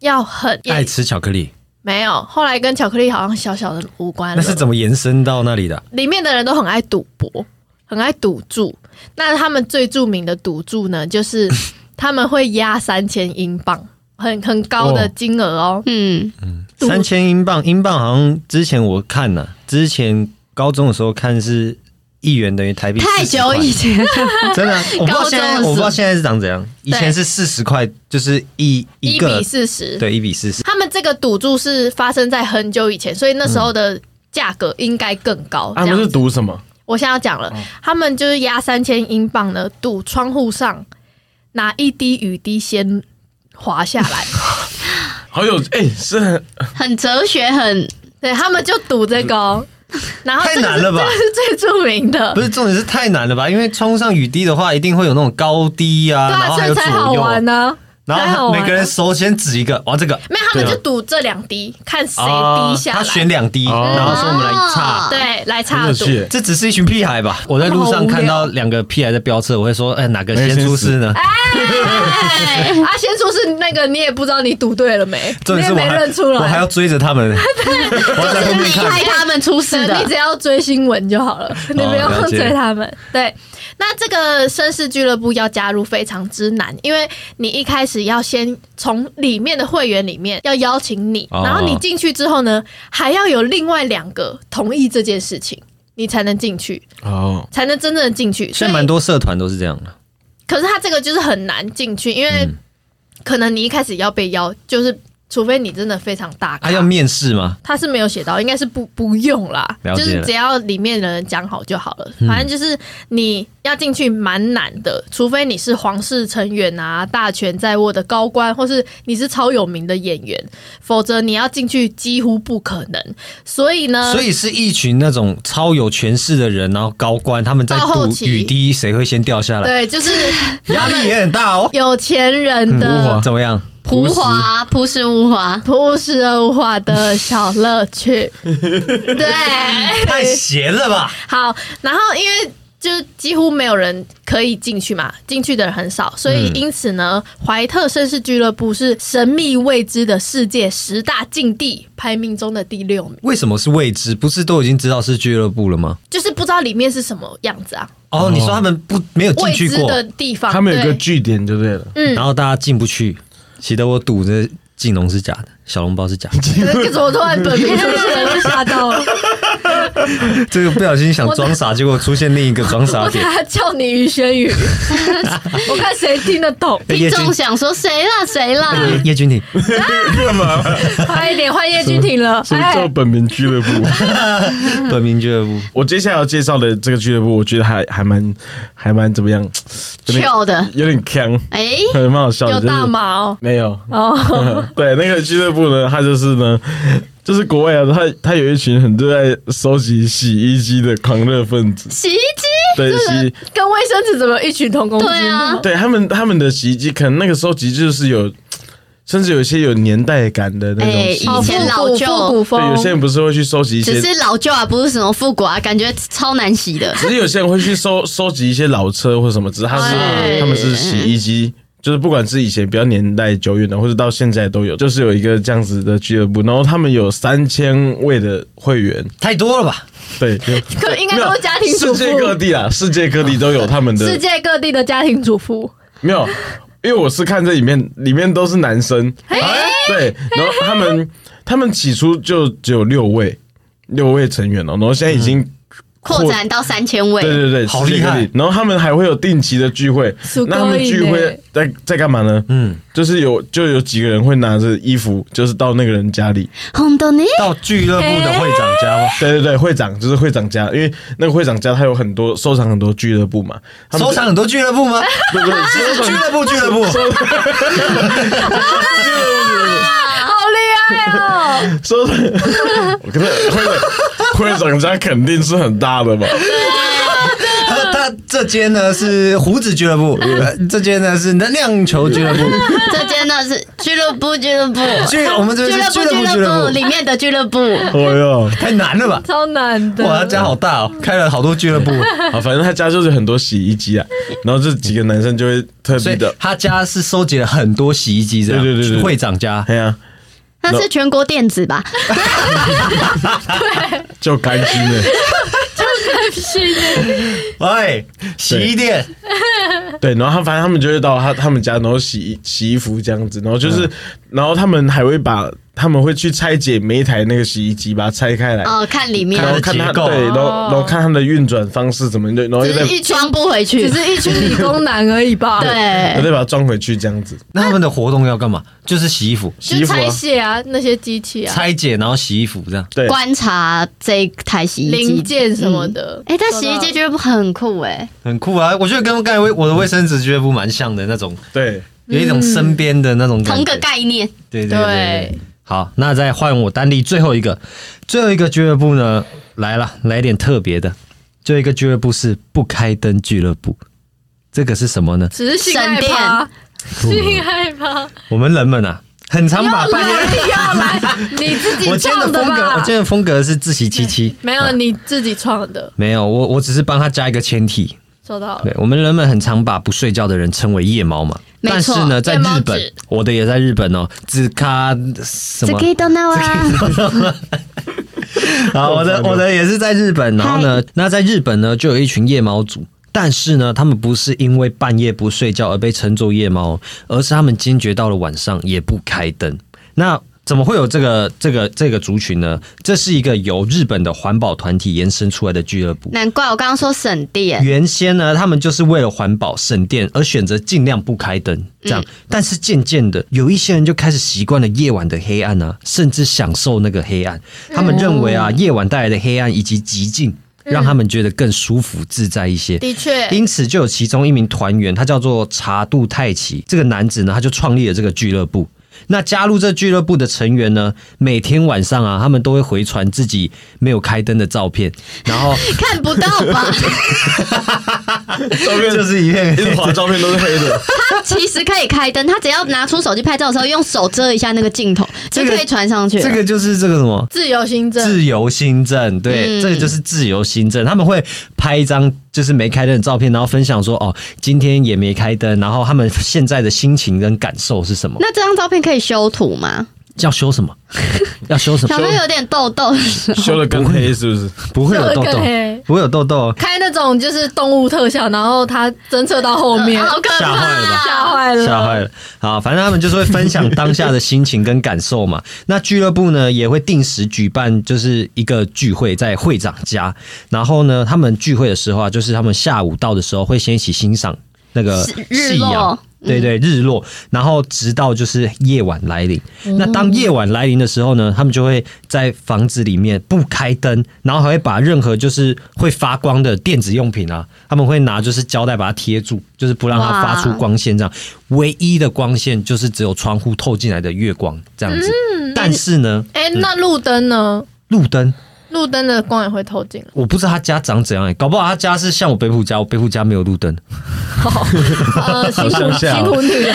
要很爱吃巧克力，没有，后来跟巧克力好像小小的无关了。那是怎么延伸到那里的？里面的人都很爱赌博，很爱赌注。那他们最著名的赌注呢，就是他们会压三千英镑，很很高的金额哦。嗯，赌三千英镑，英镑好像之前我看了、之前高中的时候看是一元等于台币40块，太久以前， 真的啊、我不知高道现中的在时候我不知道现在是长怎样，以前是四十块，就是一一一个比四十。对一比四十，他们这个赌注是发生在很久以前，所以那时候的价格应该更嗯高。他啊这样们是子读什么？我现在要讲哦了，他们就是压三千英镑呢，赌窗户上哪一滴雨滴先滑下 来。好有哎，是很很哲学，很对他们就赌这 个哦、然后太这个难是了吧 这个是最著名的，不是重点是太难了吧？因为窗户上雨滴的话，一定会有那种高低啊，对然啊，后所还以有才好左右，玩呢、然太好后玩每了个人手先指一个，哇，这个没有，他们对就赌这两滴，看谁啊滴下来。嗯他选两滴，哦然后说我们来啊差。对，来很插有赌。趣耶。这只是一群屁孩吧？我在路上看到两个屁孩在飙车，我会说：“哎，哪个先出事呢哎，啊，先说是那个，你也不知道你赌对了没？”你重点也是我没还认出来。我还要追着他 们，我要在后就是面你看。害他们出事对，的你只。要追新闻就好了， 你不哦了用解追他们。对，那这个绅士俱乐部要加入非常之难，因为你一开始要先从里面的会员里面要邀请你，哦然后你进去之后呢，还要有另外两个同意这件事情，你才能进去，哦，才能真正的进去。所现以在蛮多社团都是这样的，可是他这个就是很难进去，因为嗯可能你一开始要被邀，就是除非你真的非常大咖，啊，要面试吗？他是没有写到，应该是不不用啦，了就解了嗯是只要里面的人讲好就好了。反正就是你要进去蛮难的，除非你是皇室成员啊、大权在握的高官，或是你是超有名的演员，否则你要进去几乎不可能。所以呢，所以是一群那种超有权势的人，然后高官他们在到后赌期雨滴谁会先掉下来，对，就是压力也很大 哦。有钱人 的怎么样？朴华，朴实无华，朴实无华的小乐 趣，对。太闲了吧？好，然后因为就是几乎没有人可以进去嘛，进去的人很少，所以因此呢，怀特绅士俱乐部是神秘未知的世界十大禁地排名中的第六名，为什么是未知？不是都已经知道是俱乐部了吗？就是不知道里面是什么样子啊，哦，你说他们不没有进未去知过，的嗯地方。他们有一个对据点就对了，然后大家进不去，喜得我赌这金龙是假的，小笼包是假的，这个我突然本名出现了，吓到了。 这个不小心想装傻，结果出现另一个装 傻 我点等。下叫你于轩宇，我看谁听得懂。哎听叶君哎众想说谁啦谁啦，叶君婷，快一点，换叶君婷了。哎所以叫本名俱乐部。 嗯本名俱乐部，我接下来要介绍的这个俱乐部，我觉得还还蛮还蛮怎么样，有点糗的，有点坑，哎，还蛮好笑的。有就是大毛没有？哦， 对，那个俱乐部呢，它就是呢，就是国外啊，它它有一群很热爱收集洗衣机的狂热分子，洗衣机，对洗衣。跟卫生纸怎么异曲同工之对啊妙？对他们他们的洗衣机，可能那个时候其实就是有，甚至有一些有年代感的那哎种洗衣以机。前老旧复古风，对，有些人不是会去收集一些只，是老旧啊，不是什么复古啊，感觉超难洗的。只是有些人会去收收集一些老车或什么，只是他是、哎他们是洗衣机。就是不管是以前比较年代久远的，或者到现在都有，就是有一个这样子的俱乐部，然后他们有三千位的会员，太多了吧？对，就可应该都是家庭主妇，世界各地啊，世界各地都有他们世的，界各地的家庭主妇，没有，因为我是看这里面，里面都是男生，哎对，然后他们他们起初就只有六位，六位成员哦，然后现在已经扩展到三千对位，对对，嗯好世界各地厉害然后他们还会有定期的聚会すごい，那他们聚ね会在在干嘛呢？嗯，就是有就有几个人会拿着衣服，就是到那个人家里，红豆泥，到俱乐部的会长家吗？对对对，会长就是会长家，因为那个会长家他有很多收藏很多俱乐部嘛，他们收藏很多俱乐部吗？对 对对，收俱藏乐部，俱乐部，好厉害哦！收藏，我跟他会长会长家肯定是很大的嘛，他他这间呢是胡子俱乐部，呃这间呢是能量球俱 乐部，这间呢是俱乐部，俱乐部，俱我们这俱边乐部是俱乐俱乐部部，俱乐部，里面的俱乐部，哎呦。太难了吧？超难的，哇，他家好大哦，开了好多俱乐部， 啊，反正他家就是很多洗衣机啊，然后这几个男生就会特所以地的，他家是收集了很多洗衣机，这样对对对对会长 家哎呀，那是全国电子吧？就甘心了。喂，洗衣店对，然后他反正他们就会到他他们家，然后洗衣洗衣服这样子，然后就是，然后他们还会把他们会去拆解每一台那个洗衣机，把它拆开来，哦，看里面然后看看它的结它构对，然后然后看它的运转方式怎么对，然后只又再是一装不回去只，是一群理工男而已吧？，又对，再把它装回去这样子，那他们的活动要干嘛？就是洗衣服，洗衣就服、拆啊。卸啊，那些机器啊，拆解然后洗衣服这样。对，观察这一台洗衣机零件什么的。哎、但洗衣机俱乐部很酷哎、很酷啊！我觉得跟刚才我的卫生纸俱乐部蛮像的那种，对，有一种身边的那种感觉同个概念。对对对对好，那再换我单例最后一个，最后一个俱乐部呢来了，来点特别的。最后一个俱乐部是不开灯俱乐部，这个是什么呢？只是性爱趴，性爱吗？我们人们啊，很常哎把半夜。来要来，你自己我今天创的风格，我吧今？天的风格是自习七七，没有，你自己创的，没有，我我只是帮他加一个前提。收到了。对，我们人们很常把不睡觉的人称为夜猫嘛，没但错是呢，在夜猫日子本，我的也在日本哦，只卡什这么可？以到那哇， 好，我的我的也是在日本，然后呢，那在日本呢，就有一群夜猫族。但是呢，他们不是因为半夜不睡觉而被称作夜猫，而是他们惊觉到了晚上也不开灯。那怎么会有这个这个这个族群呢？这是一个由日本的环保团体延伸出来的俱乐部。难怪我刚刚说省 电。原先呢，他们就是为了环保省电而选择尽量不开灯，这样。但是渐渐的，有一些人就开始习惯了夜晚的黑暗啊，甚至享受那个黑暗。他们认为啊，夜晚带来的黑暗以及极静，让他们觉得更舒服自在一些。的确，因此，就有其中一名团员，他叫做茶渡太奇，这个男子呢，他就创立了这个俱乐部。那加入这俱乐部的成员呢，每天晚上啊，他们都会回传自己没有开灯的照片，然后看不到吧？照片就是一片一直滑，照片都是黑的，他其实可以开灯，他只要拿出手机拍照的时候，用手遮一下那个镜头，就这个可以传上去了。这个就是这个什么自由新政，自由新政，对，嗯这个就是自由新政。他们会拍一张就是没开灯的照片，然后分享说哦，今天也没开灯，然后他们现在的心情跟感受是什么？那这张照片可以修图吗？要修 什么？要修什小么朋？友有点痘痘的时候， 修的更黑是不是？不会有痘痘这个欸，不会有痘哦痘。开那种就是动物特效，然后他侦测到后面， 嗯好可吓坏了吧怕！吓坏了，吓坏了！好，反正他们就是会分享当下的心情跟感受嘛。 那俱乐部呢也会定时举办，就是一个聚会在会长家。然后呢，他们聚会的时候啊，就是他们下午到的时候会先一起欣赏那个是日夕落阳。对对，日落，然后直到就是夜晚来临。那当夜晚来临的时候呢，他们就会在房子里面不开灯，然后还会把任何就是会发光的电子用品啊，他们会拿就是胶带把它贴住，就是不让它发出哇光线这样。唯一的光线就是只有窗户透进来的月光这样子。但是呢，哎、那路灯呢？路灯路灯的光也会透进 来。我不知道他家长怎样、欸，搞不好他家是像我北浦家，我北浦家没有路灯。 呃，辛苦乡哦下辛苦你 了，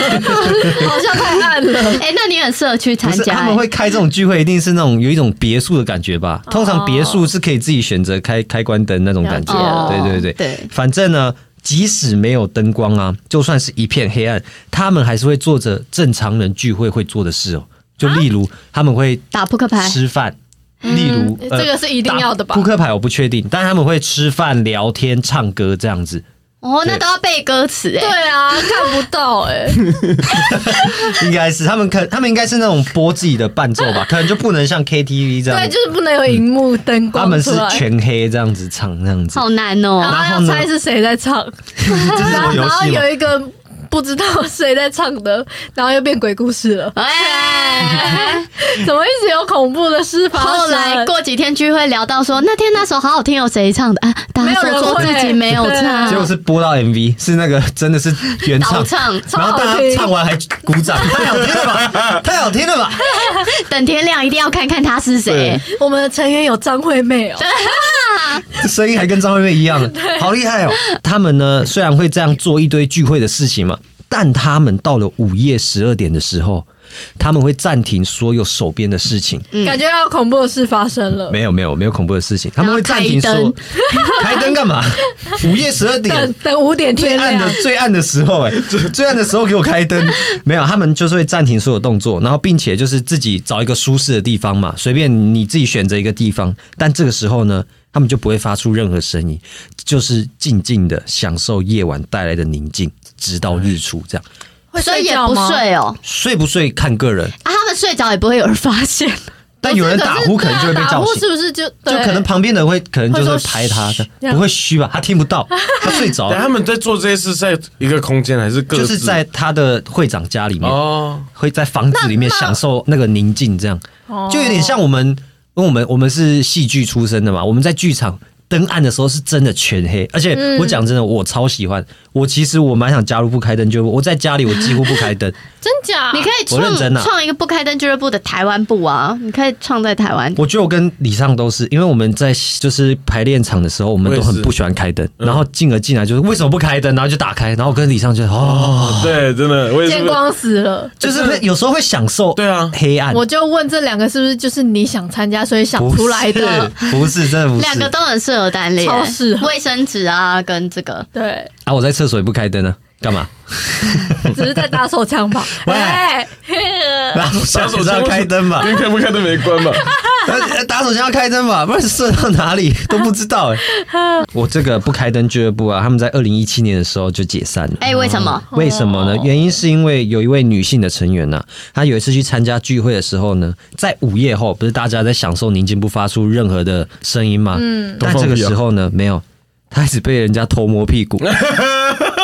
好像太暗 了。哎、那你很适合去参不是加、他们欸会开这种聚会，一定是那种有一种别墅的感觉吧？哦通常别墅是可以自己选择开开关灯那种感觉，哦对对对。对，反正呢，即使没有灯光啊，就算是一片黑暗，他们还是会做着正常人聚会会做的事哦。就例啊如，他们会打扑克牌，吃饭，例如、嗯哎这个是一定要的吧打扑克牌我呃不确定，但他们会吃饭、聊天、唱歌这样子，哦，那对都要背歌词哎、对啊，看不到哎、应该是他们可他们应该是那种播自己的伴奏吧，可能就 不能像 KTV 这样对，子，就是不能有荧幕灯他光们出是来。全黑这样子唱这样子，好难哦、然后然后要呢猜是谁在唱， 这是什么游然后戏吗？有一个不知道谁在唱的，然后又变鬼故事了。哎， 怎么一直有恐怖的事发生？后来过几天聚会聊到说，那天那首好好听，有谁唱的啊？大家说说自己没有没有人唱会，结果是播到 MV，是那个真的是原倒唱，唱，然后大超好家听唱完还鼓 掌，太好听了吧，太好听了吧！等天亮一定要看看他是谁。我们的成员有张惠妹哦，这声音还跟张惠妹一样，好厉害哦！他们呢，虽然会这样做一堆聚会的事情嘛，但他们到了午夜十二点的时候，他们会暂停所有手边的事情。感觉要有恐怖的事发生了。没有没有没有恐怖的事情，他们会暂停然说后 开灯干嘛？午夜十二点等等五 点最天暗亮的，最暗的时候、 哎，最最暗的时候给我开灯。没有，他们就是会暂停所有动作，然后并且就是自己找一个舒适的地方嘛，随便你自己选择一个地方。但这个时候呢，他们就不会发出任何声音，就是静静的享受夜晚带来的宁静，直到日出这样。会所以也觉不吗？睡哦、睡不睡看个人，啊，他们睡着也不会有人发 现。但有人打呼可能就会被打叫呼醒是。不是就就对可能旁边的人会，可能就是会拍他会说的嘘这，样不会虚吧？他听不到，他睡着 但了，他们在做这些事，在一个空间还是各就自？是在他的会长家里面。哦，会在房子里面享受那个宁静，这样就有点像我们，因为我们我们是戏剧出身的嘛，我们在剧场登岸的时候是真的全黑，而且我讲真的，我超喜欢。我其实我蛮想加入不开灯俱乐部，我在家里我几乎不开灯，真假？你可以我认创真啊创一个不开灯俱乐部的台湾部啊，你可以创在台湾。我觉得我跟李尚都是，因为我们在就是排练场的时候，我们我也都是很不喜欢开灯，然后进而进来就是为什么不开灯，然后就打开，然后跟李尚就 哦，对，真的，我也是见。光死了。就是会有时候会享受对啊黑暗，我就问这两个是不是就是你想参加所以想出来的？不是真的不两个是都很适合单恋，超适合卫生纸啊，跟这个对，啊，我在厕所也不开灯啊，干嘛？只是在打手枪吧？ 喂哎， 打手打手枪要开灯嘛，跟开不开灯没关吧？呃打手枪要开灯嘛，不然射到哪里都不知道 哎、我这个不开灯俱乐部啊，他们在二零一七年的时候就解散了。哎、为什么？为什么呢？原因是因为有一位女性的成员呐、她有一次去参加聚会的时候呢，在午夜后，不是大家在享受宁静，不发出任何的声音吗？嗯，但这个时候呢，没有，她一直被人家偷摸屁 股，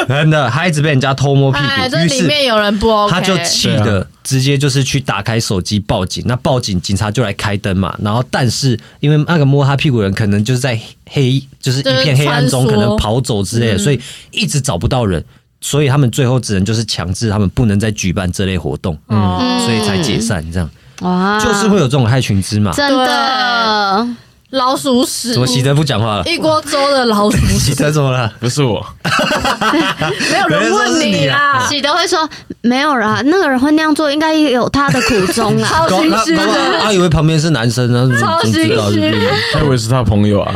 真的，她一直被人家偷摸屁哎，股，这于里是面有人不 OK，他就气对的直接就是去打开手机报警，那报警警察就来开灯嘛。然后但是因为那个摸他屁股的人可能就是在黑，就是一片黑暗中就可是穿梭能跑走之类的，所以一直找不到人，所以他们最后只能就是强制他们不能再举办这类活动，嗯，哦所以才解散这样，哇，嗯就是会有这种害群之马。真的老鼠屎怎，么喜德不讲话 了？一锅粥的老鼠 屎，喜德怎么了？ 不是 我，没有人问你啊啊啦。喜德会说没有啦，那个人会那样做，应该也有他的苦衷啊 啦。超心他虚的，啊他以为旁边是男生呢，超怎么知道心虚是不是他以为是他朋友 啊，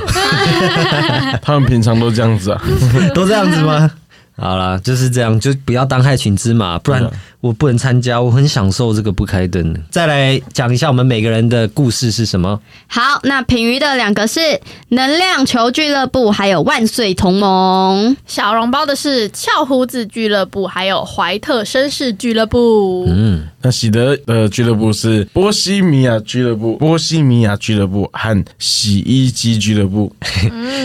他们平常都这样子啊。 都这样子吗？好啦，就是这样，就不要当害群之马，不然我不能参加。我很享受这个不开灯的。再来讲一下我们每个人的故事是什么？好，那品鱼的两个是能量球俱乐部，还有万岁同盟。小笼包的是翘胡子俱乐部，还有怀特绅士俱乐部。嗯，那喜德的俱乐部是波西米亚俱乐部、波西米亚俱乐部和洗衣机俱乐部。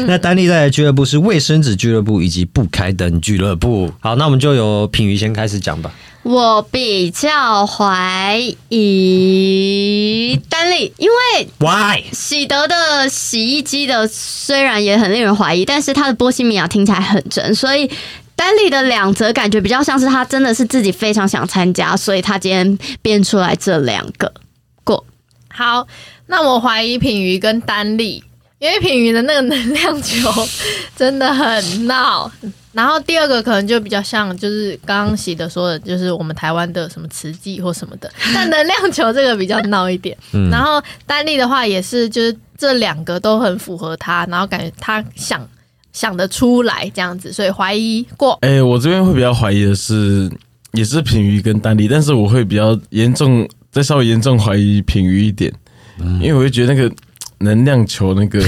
那丹立带的俱乐部是卫生纸俱乐部以及不开灯俱乐部。好，那我们就由品瑜先开始讲吧。我比较怀疑丹利，因为 Why？喜德的洗衣机的虽然也很令人怀疑，但是他的波西米亚啊听起来很真，所以。丹利的两则感觉比较像是他真的是自己非常想参加，所以他今天编出来这两个过。好，那我怀疑品鱼跟丹力，因为品鱼的那个能量球真的很闹。然后第二个可能就比较像，就是刚刚喜德说的，就是我们台湾的什么慈济或什么的，但能量球这个比较闹一 点。嗯然后丹力的话也是，就是这两个都很符合他，然后感觉他想想得出来这样子，所以怀疑过。哎、我这边会比较怀疑的是，也是品鱼跟丹力，但是我会比较严重，再稍微严重怀疑品鱼一点，因为我会觉得那个能量球那个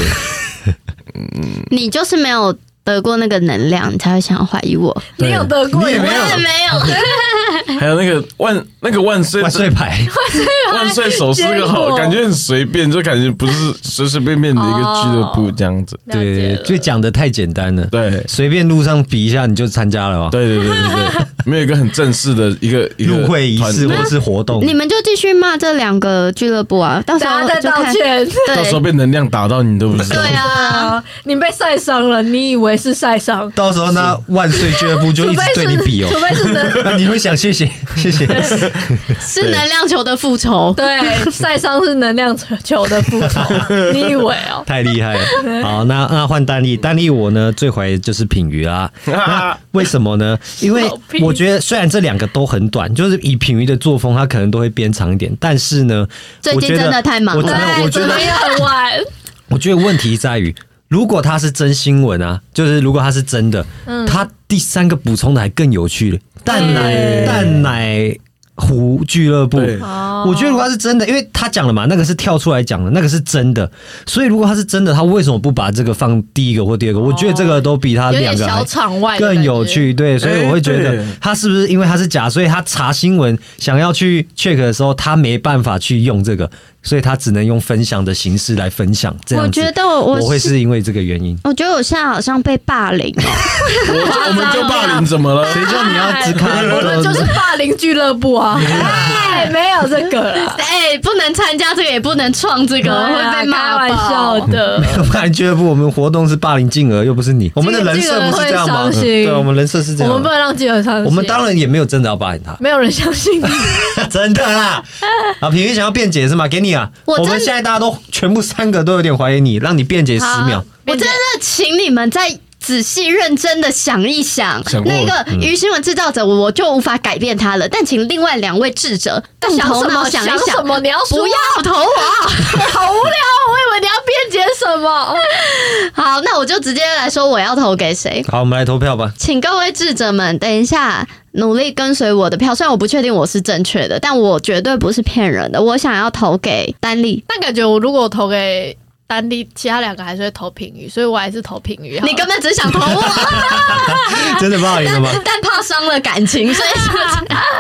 嗯你就是没有得过那个能量，你才会想要怀疑我。 哎你有得过？你也没有我也没有。还有那个万那个万岁万岁牌， 万岁手势那个好，感觉很随便，就感觉不是随随便便的一个俱乐部这样子。了解对，了就讲的太简单了。对随便路上比一下你就参加了吧。对对对对对，没有一个很正式的一个一个入会仪团式队或是活动，你们就继续骂这两个俱乐部 啊，到时大候家在就道看。歉。到 时候对被能量打到你都不知道对。啊，啊，你被晒伤了，你以为是晒伤，到时候呢，万岁俱乐部就除一直非对你比 是，除哦。非是 能你会想谢谢谢谢，是能量球的复仇。对晒伤是能量球的复仇，你以为哦？太厉害了！好，那那换丹丽，丹丽我呢最怀疑就是品鱼啦。那为什么呢？因为小屁我觉得虽然这两个都很短，就是以品鱼的作风，他可能都会编长一点，但是呢，最我近觉得真的太忙我了真的对，我觉怎得么也很 晚，我觉得问题在于，如果它是真新闻啊，就是如果它是真的，它第三个补充的还更有趣了，蛋奶蛋奶湖俱乐部对。我觉得如果它是真的，因为他讲了嘛，那个是跳出来讲的，那个是真的，所以如果它是真的，他为什么不把这个放第一个或第二个？我觉得这个都比他有两点个还小场外的感觉更有。趣，对，所以我会觉哎得对他是不是因为他是假，所以他查新闻想要去 check 的时候，他没办法去用这个。所以他只能用分享的形式来分享。这样子我觉得我我会是是因为这个原 因。我觉得我现在好像被霸凌了，我我们就霸凌怎么了？啊谁叫你要只看？ 我们就是霸凌俱乐部啊！哎，没有这 个啦，哎、不能参加这个，也不能创这个，对啊会被骂开玩笑爆。的。霸凌俱乐部，我们活动是霸凌静儿，又不是你。我们的人设不是这样吗？嗯会伤心对，我们人设是这我样。们不能让记者伤心。我们当然也没有真的要霸凌他， 没有人相信你，真的啦。啊，平云想要辩解是吗？给你啊，我我真的们现在大家都全部三个都有点怀疑你，让你辩解十秒。啊我真的请你们再仔细认真的想一想，想过那个于新闻制造者，我就无法改变他了。但请另外两位智者动想头什脑么一想什想，么？你要说不要投我。 好无聊，我以为你要辩解什么？好，那我就直接来说我要投给谁。好，我们来投票吧。请各位智者们等一下努力跟随我的票，虽然我不确定我是正确的，但我绝对不是骗人的。我想要投给丹利，但感觉我如果我投给丹利，其他两个还是会投平鱼，所以我还是投平鱼好了。你根本只想投我， 真的霸凌了吗？ 但怕伤了感情，所以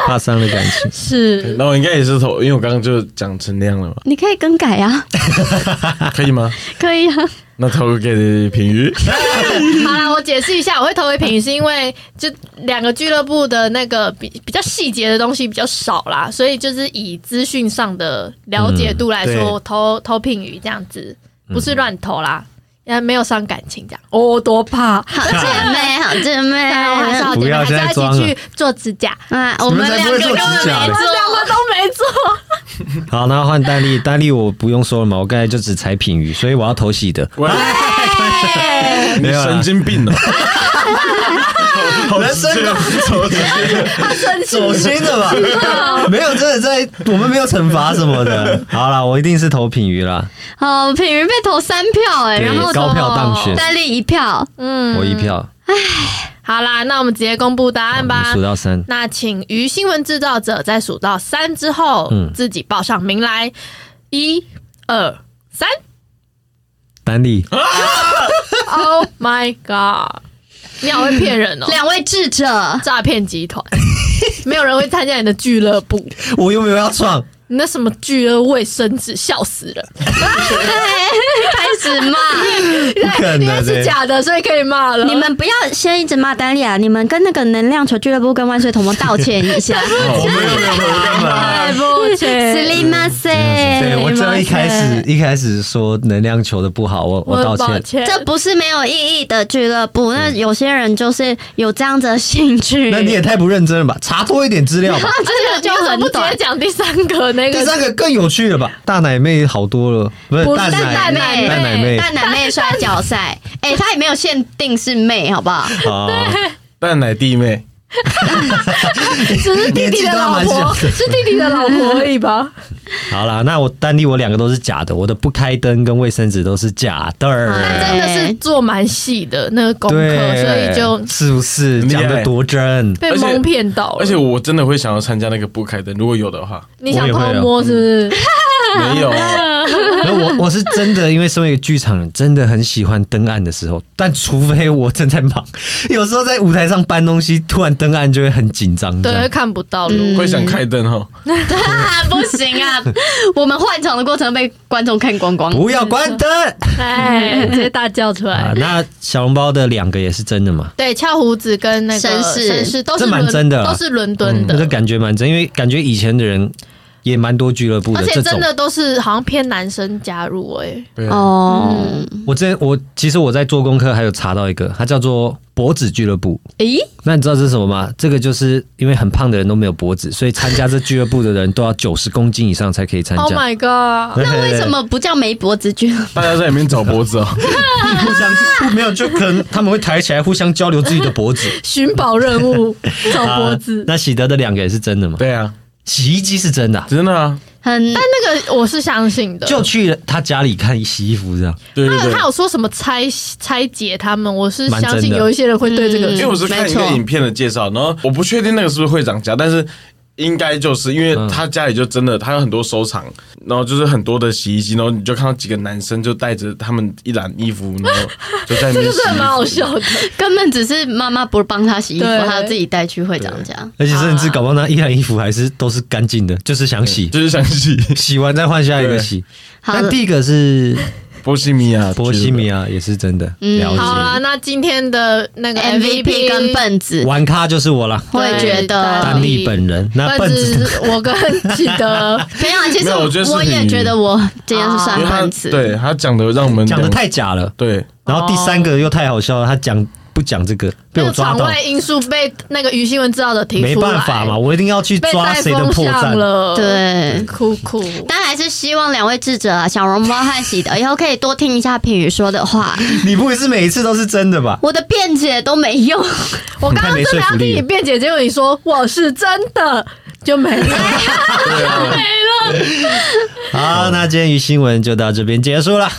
怕伤了感情。是那我应该也是投，因为我刚刚就讲成那样了嘛， 你可以更改 啊，可以吗？可以啊。那投给平 鱼，好啦，我解释一下，我会投给平鱼是因为就两个俱乐部的那个比比较细节的东西比较少啦，所以就是以资讯上的了解度来说，嗯对我投投平鱼这样子，不是乱投啦，也没有伤感情这样。我、多怕。好姐 妹，好姐妹，对，我还是好姐不妹，要还是现在要装一了起去做指甲。啊，我们两个根本你们才没不会做指甲嘞我做们。 两个都没做，好，那换丹丽，丹丽我不用说了嘛，我刚才就只踩品鱼，所以我要投喜的。喂，你神经病 哦！好人生直接走直接走心的吧？ 没有，真的在我们没有惩罚什么的。好啦，我一定是投品鱼啦，哦，品云被投三票哎，对然后高票当选丹利一票，我一票。好啦，那我们直接公布答我案们吧数。到三，那请于新闻制造者在数到三之后，嗯自己报上名来，一、二、三。丹丽 Oh my god！你好会骗 人哦，两位智者，诈骗集 团，没有人会参加你的俱乐部，我又没有要创，你那什么俱乐部卫生纸，笑死了！开始骂不可因为能是的。假的，所以可以骂 了。你们不要先一直骂丹利啊，你们跟那个能量球俱乐部跟万岁同盟道歉一 下。我哦没有没有没有没有。对不起，斯利马塞，对，我只要一开斯利马始塞。一开始说能量球的不好，我我我道很抱歉。歉。这不是没有意义的俱乐部，那有些人就是有这样子的兴趣。那 你也太不认真了吧？查多一点资料吧。啊真的就很不直短接，讲第三个那第个三个更有趣了吧？大奶妹好多了，不是不是大奶大奶妹大奶妹大奶妹摔跤赛， 哎、她也没有限定是妹，好不好？啊，蛋奶弟妹，只是弟弟的老年纪都还蛮婆，小的是弟弟的老婆而已吧？好啦，那我丹弟我两个都是假的，我的不开灯跟卫生纸都是假哎的。真的是做蛮细的那个功课，所以对，就是不是厉害讲的多真？被蒙骗到了。而且我真的会想要参加那个不开灯，如果有的话，你想偷啊摸是不是？没有啊，那我 我是真的，因为身为一个剧场人，真的很喜欢登岸的时候，但除非我正在忙， 有时候在舞台上搬东西，突然登岸就会很紧张。这对，样会看不到嗯路。会想开灯哦。 不行啊， 我们换场的过程被观众看光光。不要关灯 哎，直接大叫出啊！来。那小笼包的两个也是真的嘛？对，翘胡子跟那个绅士绅士都是这蛮伦真的啦啊嗯都是伦敦我的的，感觉蛮真，因为感觉以前的人也蛮多俱乐部而的且这真种。的都是好像偏男生加入哎。对啊，哦，我之前我其实我在做功课，还有查到一个，它叫做脖子俱乐部。咦、那你知道这是什么吗？这个就是因为很胖的人都没有脖子，所以参加这俱乐部的人都要九十公斤以上才可以参 Oh 加。 my god！那为什么不叫梅脖子君？大家在里面找脖子哦，互相没有就可能他们会抬起来互相交流自己的脖子。啊寻宝 任务， 找脖子。那喜德的两个也是真的吗？对啊，洗衣机是真的啊、真的啊，很但那个我是相信的，就去了他家里看洗衣服这样。对对他有对他。有说什么拆拆解他们，我是蛮相真信的有一些人会对这个嗯因为我是看一个影片的介绍，然后我不确定那个是不是会涨价，但是应该就是因为他家里就真的，他有很多收藏，然后就是很多的洗衣机，然后你就看到几个男生就带着他们一篮衣服，然后就在那 这边个洗是衣服。蛮好笑的。根本只是妈妈不帮他洗衣服，对他要自己带去会长家。而且甚至搞不好那一篮衣服还是都是干净的，就是想洗，就是想洗洗完再换下一个洗。好但第一个是波西米亚，波西米亚也是真的，嗯了好啦，解。那今天的那个 MVP 跟笨子，玩咖就是我啦，我也觉得丹立本人。那笨嗯笨子子，我跟记得没有啊，其实没有我觉得是我也你觉得我今天是觉得，算因为笨他子，对他讲的让我 们讲的两太假哦了，对，然后第三个又太好笑了，他讲不讲这个 被那我个抓场到，外因素被那个于新闻知道的提出来，没办法嘛，，我一定要去被抓带谁的风破向 绽。了，，对。酷酷。但还是希望两位智者啊，小笼包和喜德以后可以多听一下品宇说的话，你不会是每一次都是真的吧？我的辩解都没用。我刚太刚没真说的服要力替你了辩解，结果你说我是真的，就没 了。好，那今天鱼新闻就到这边结束了。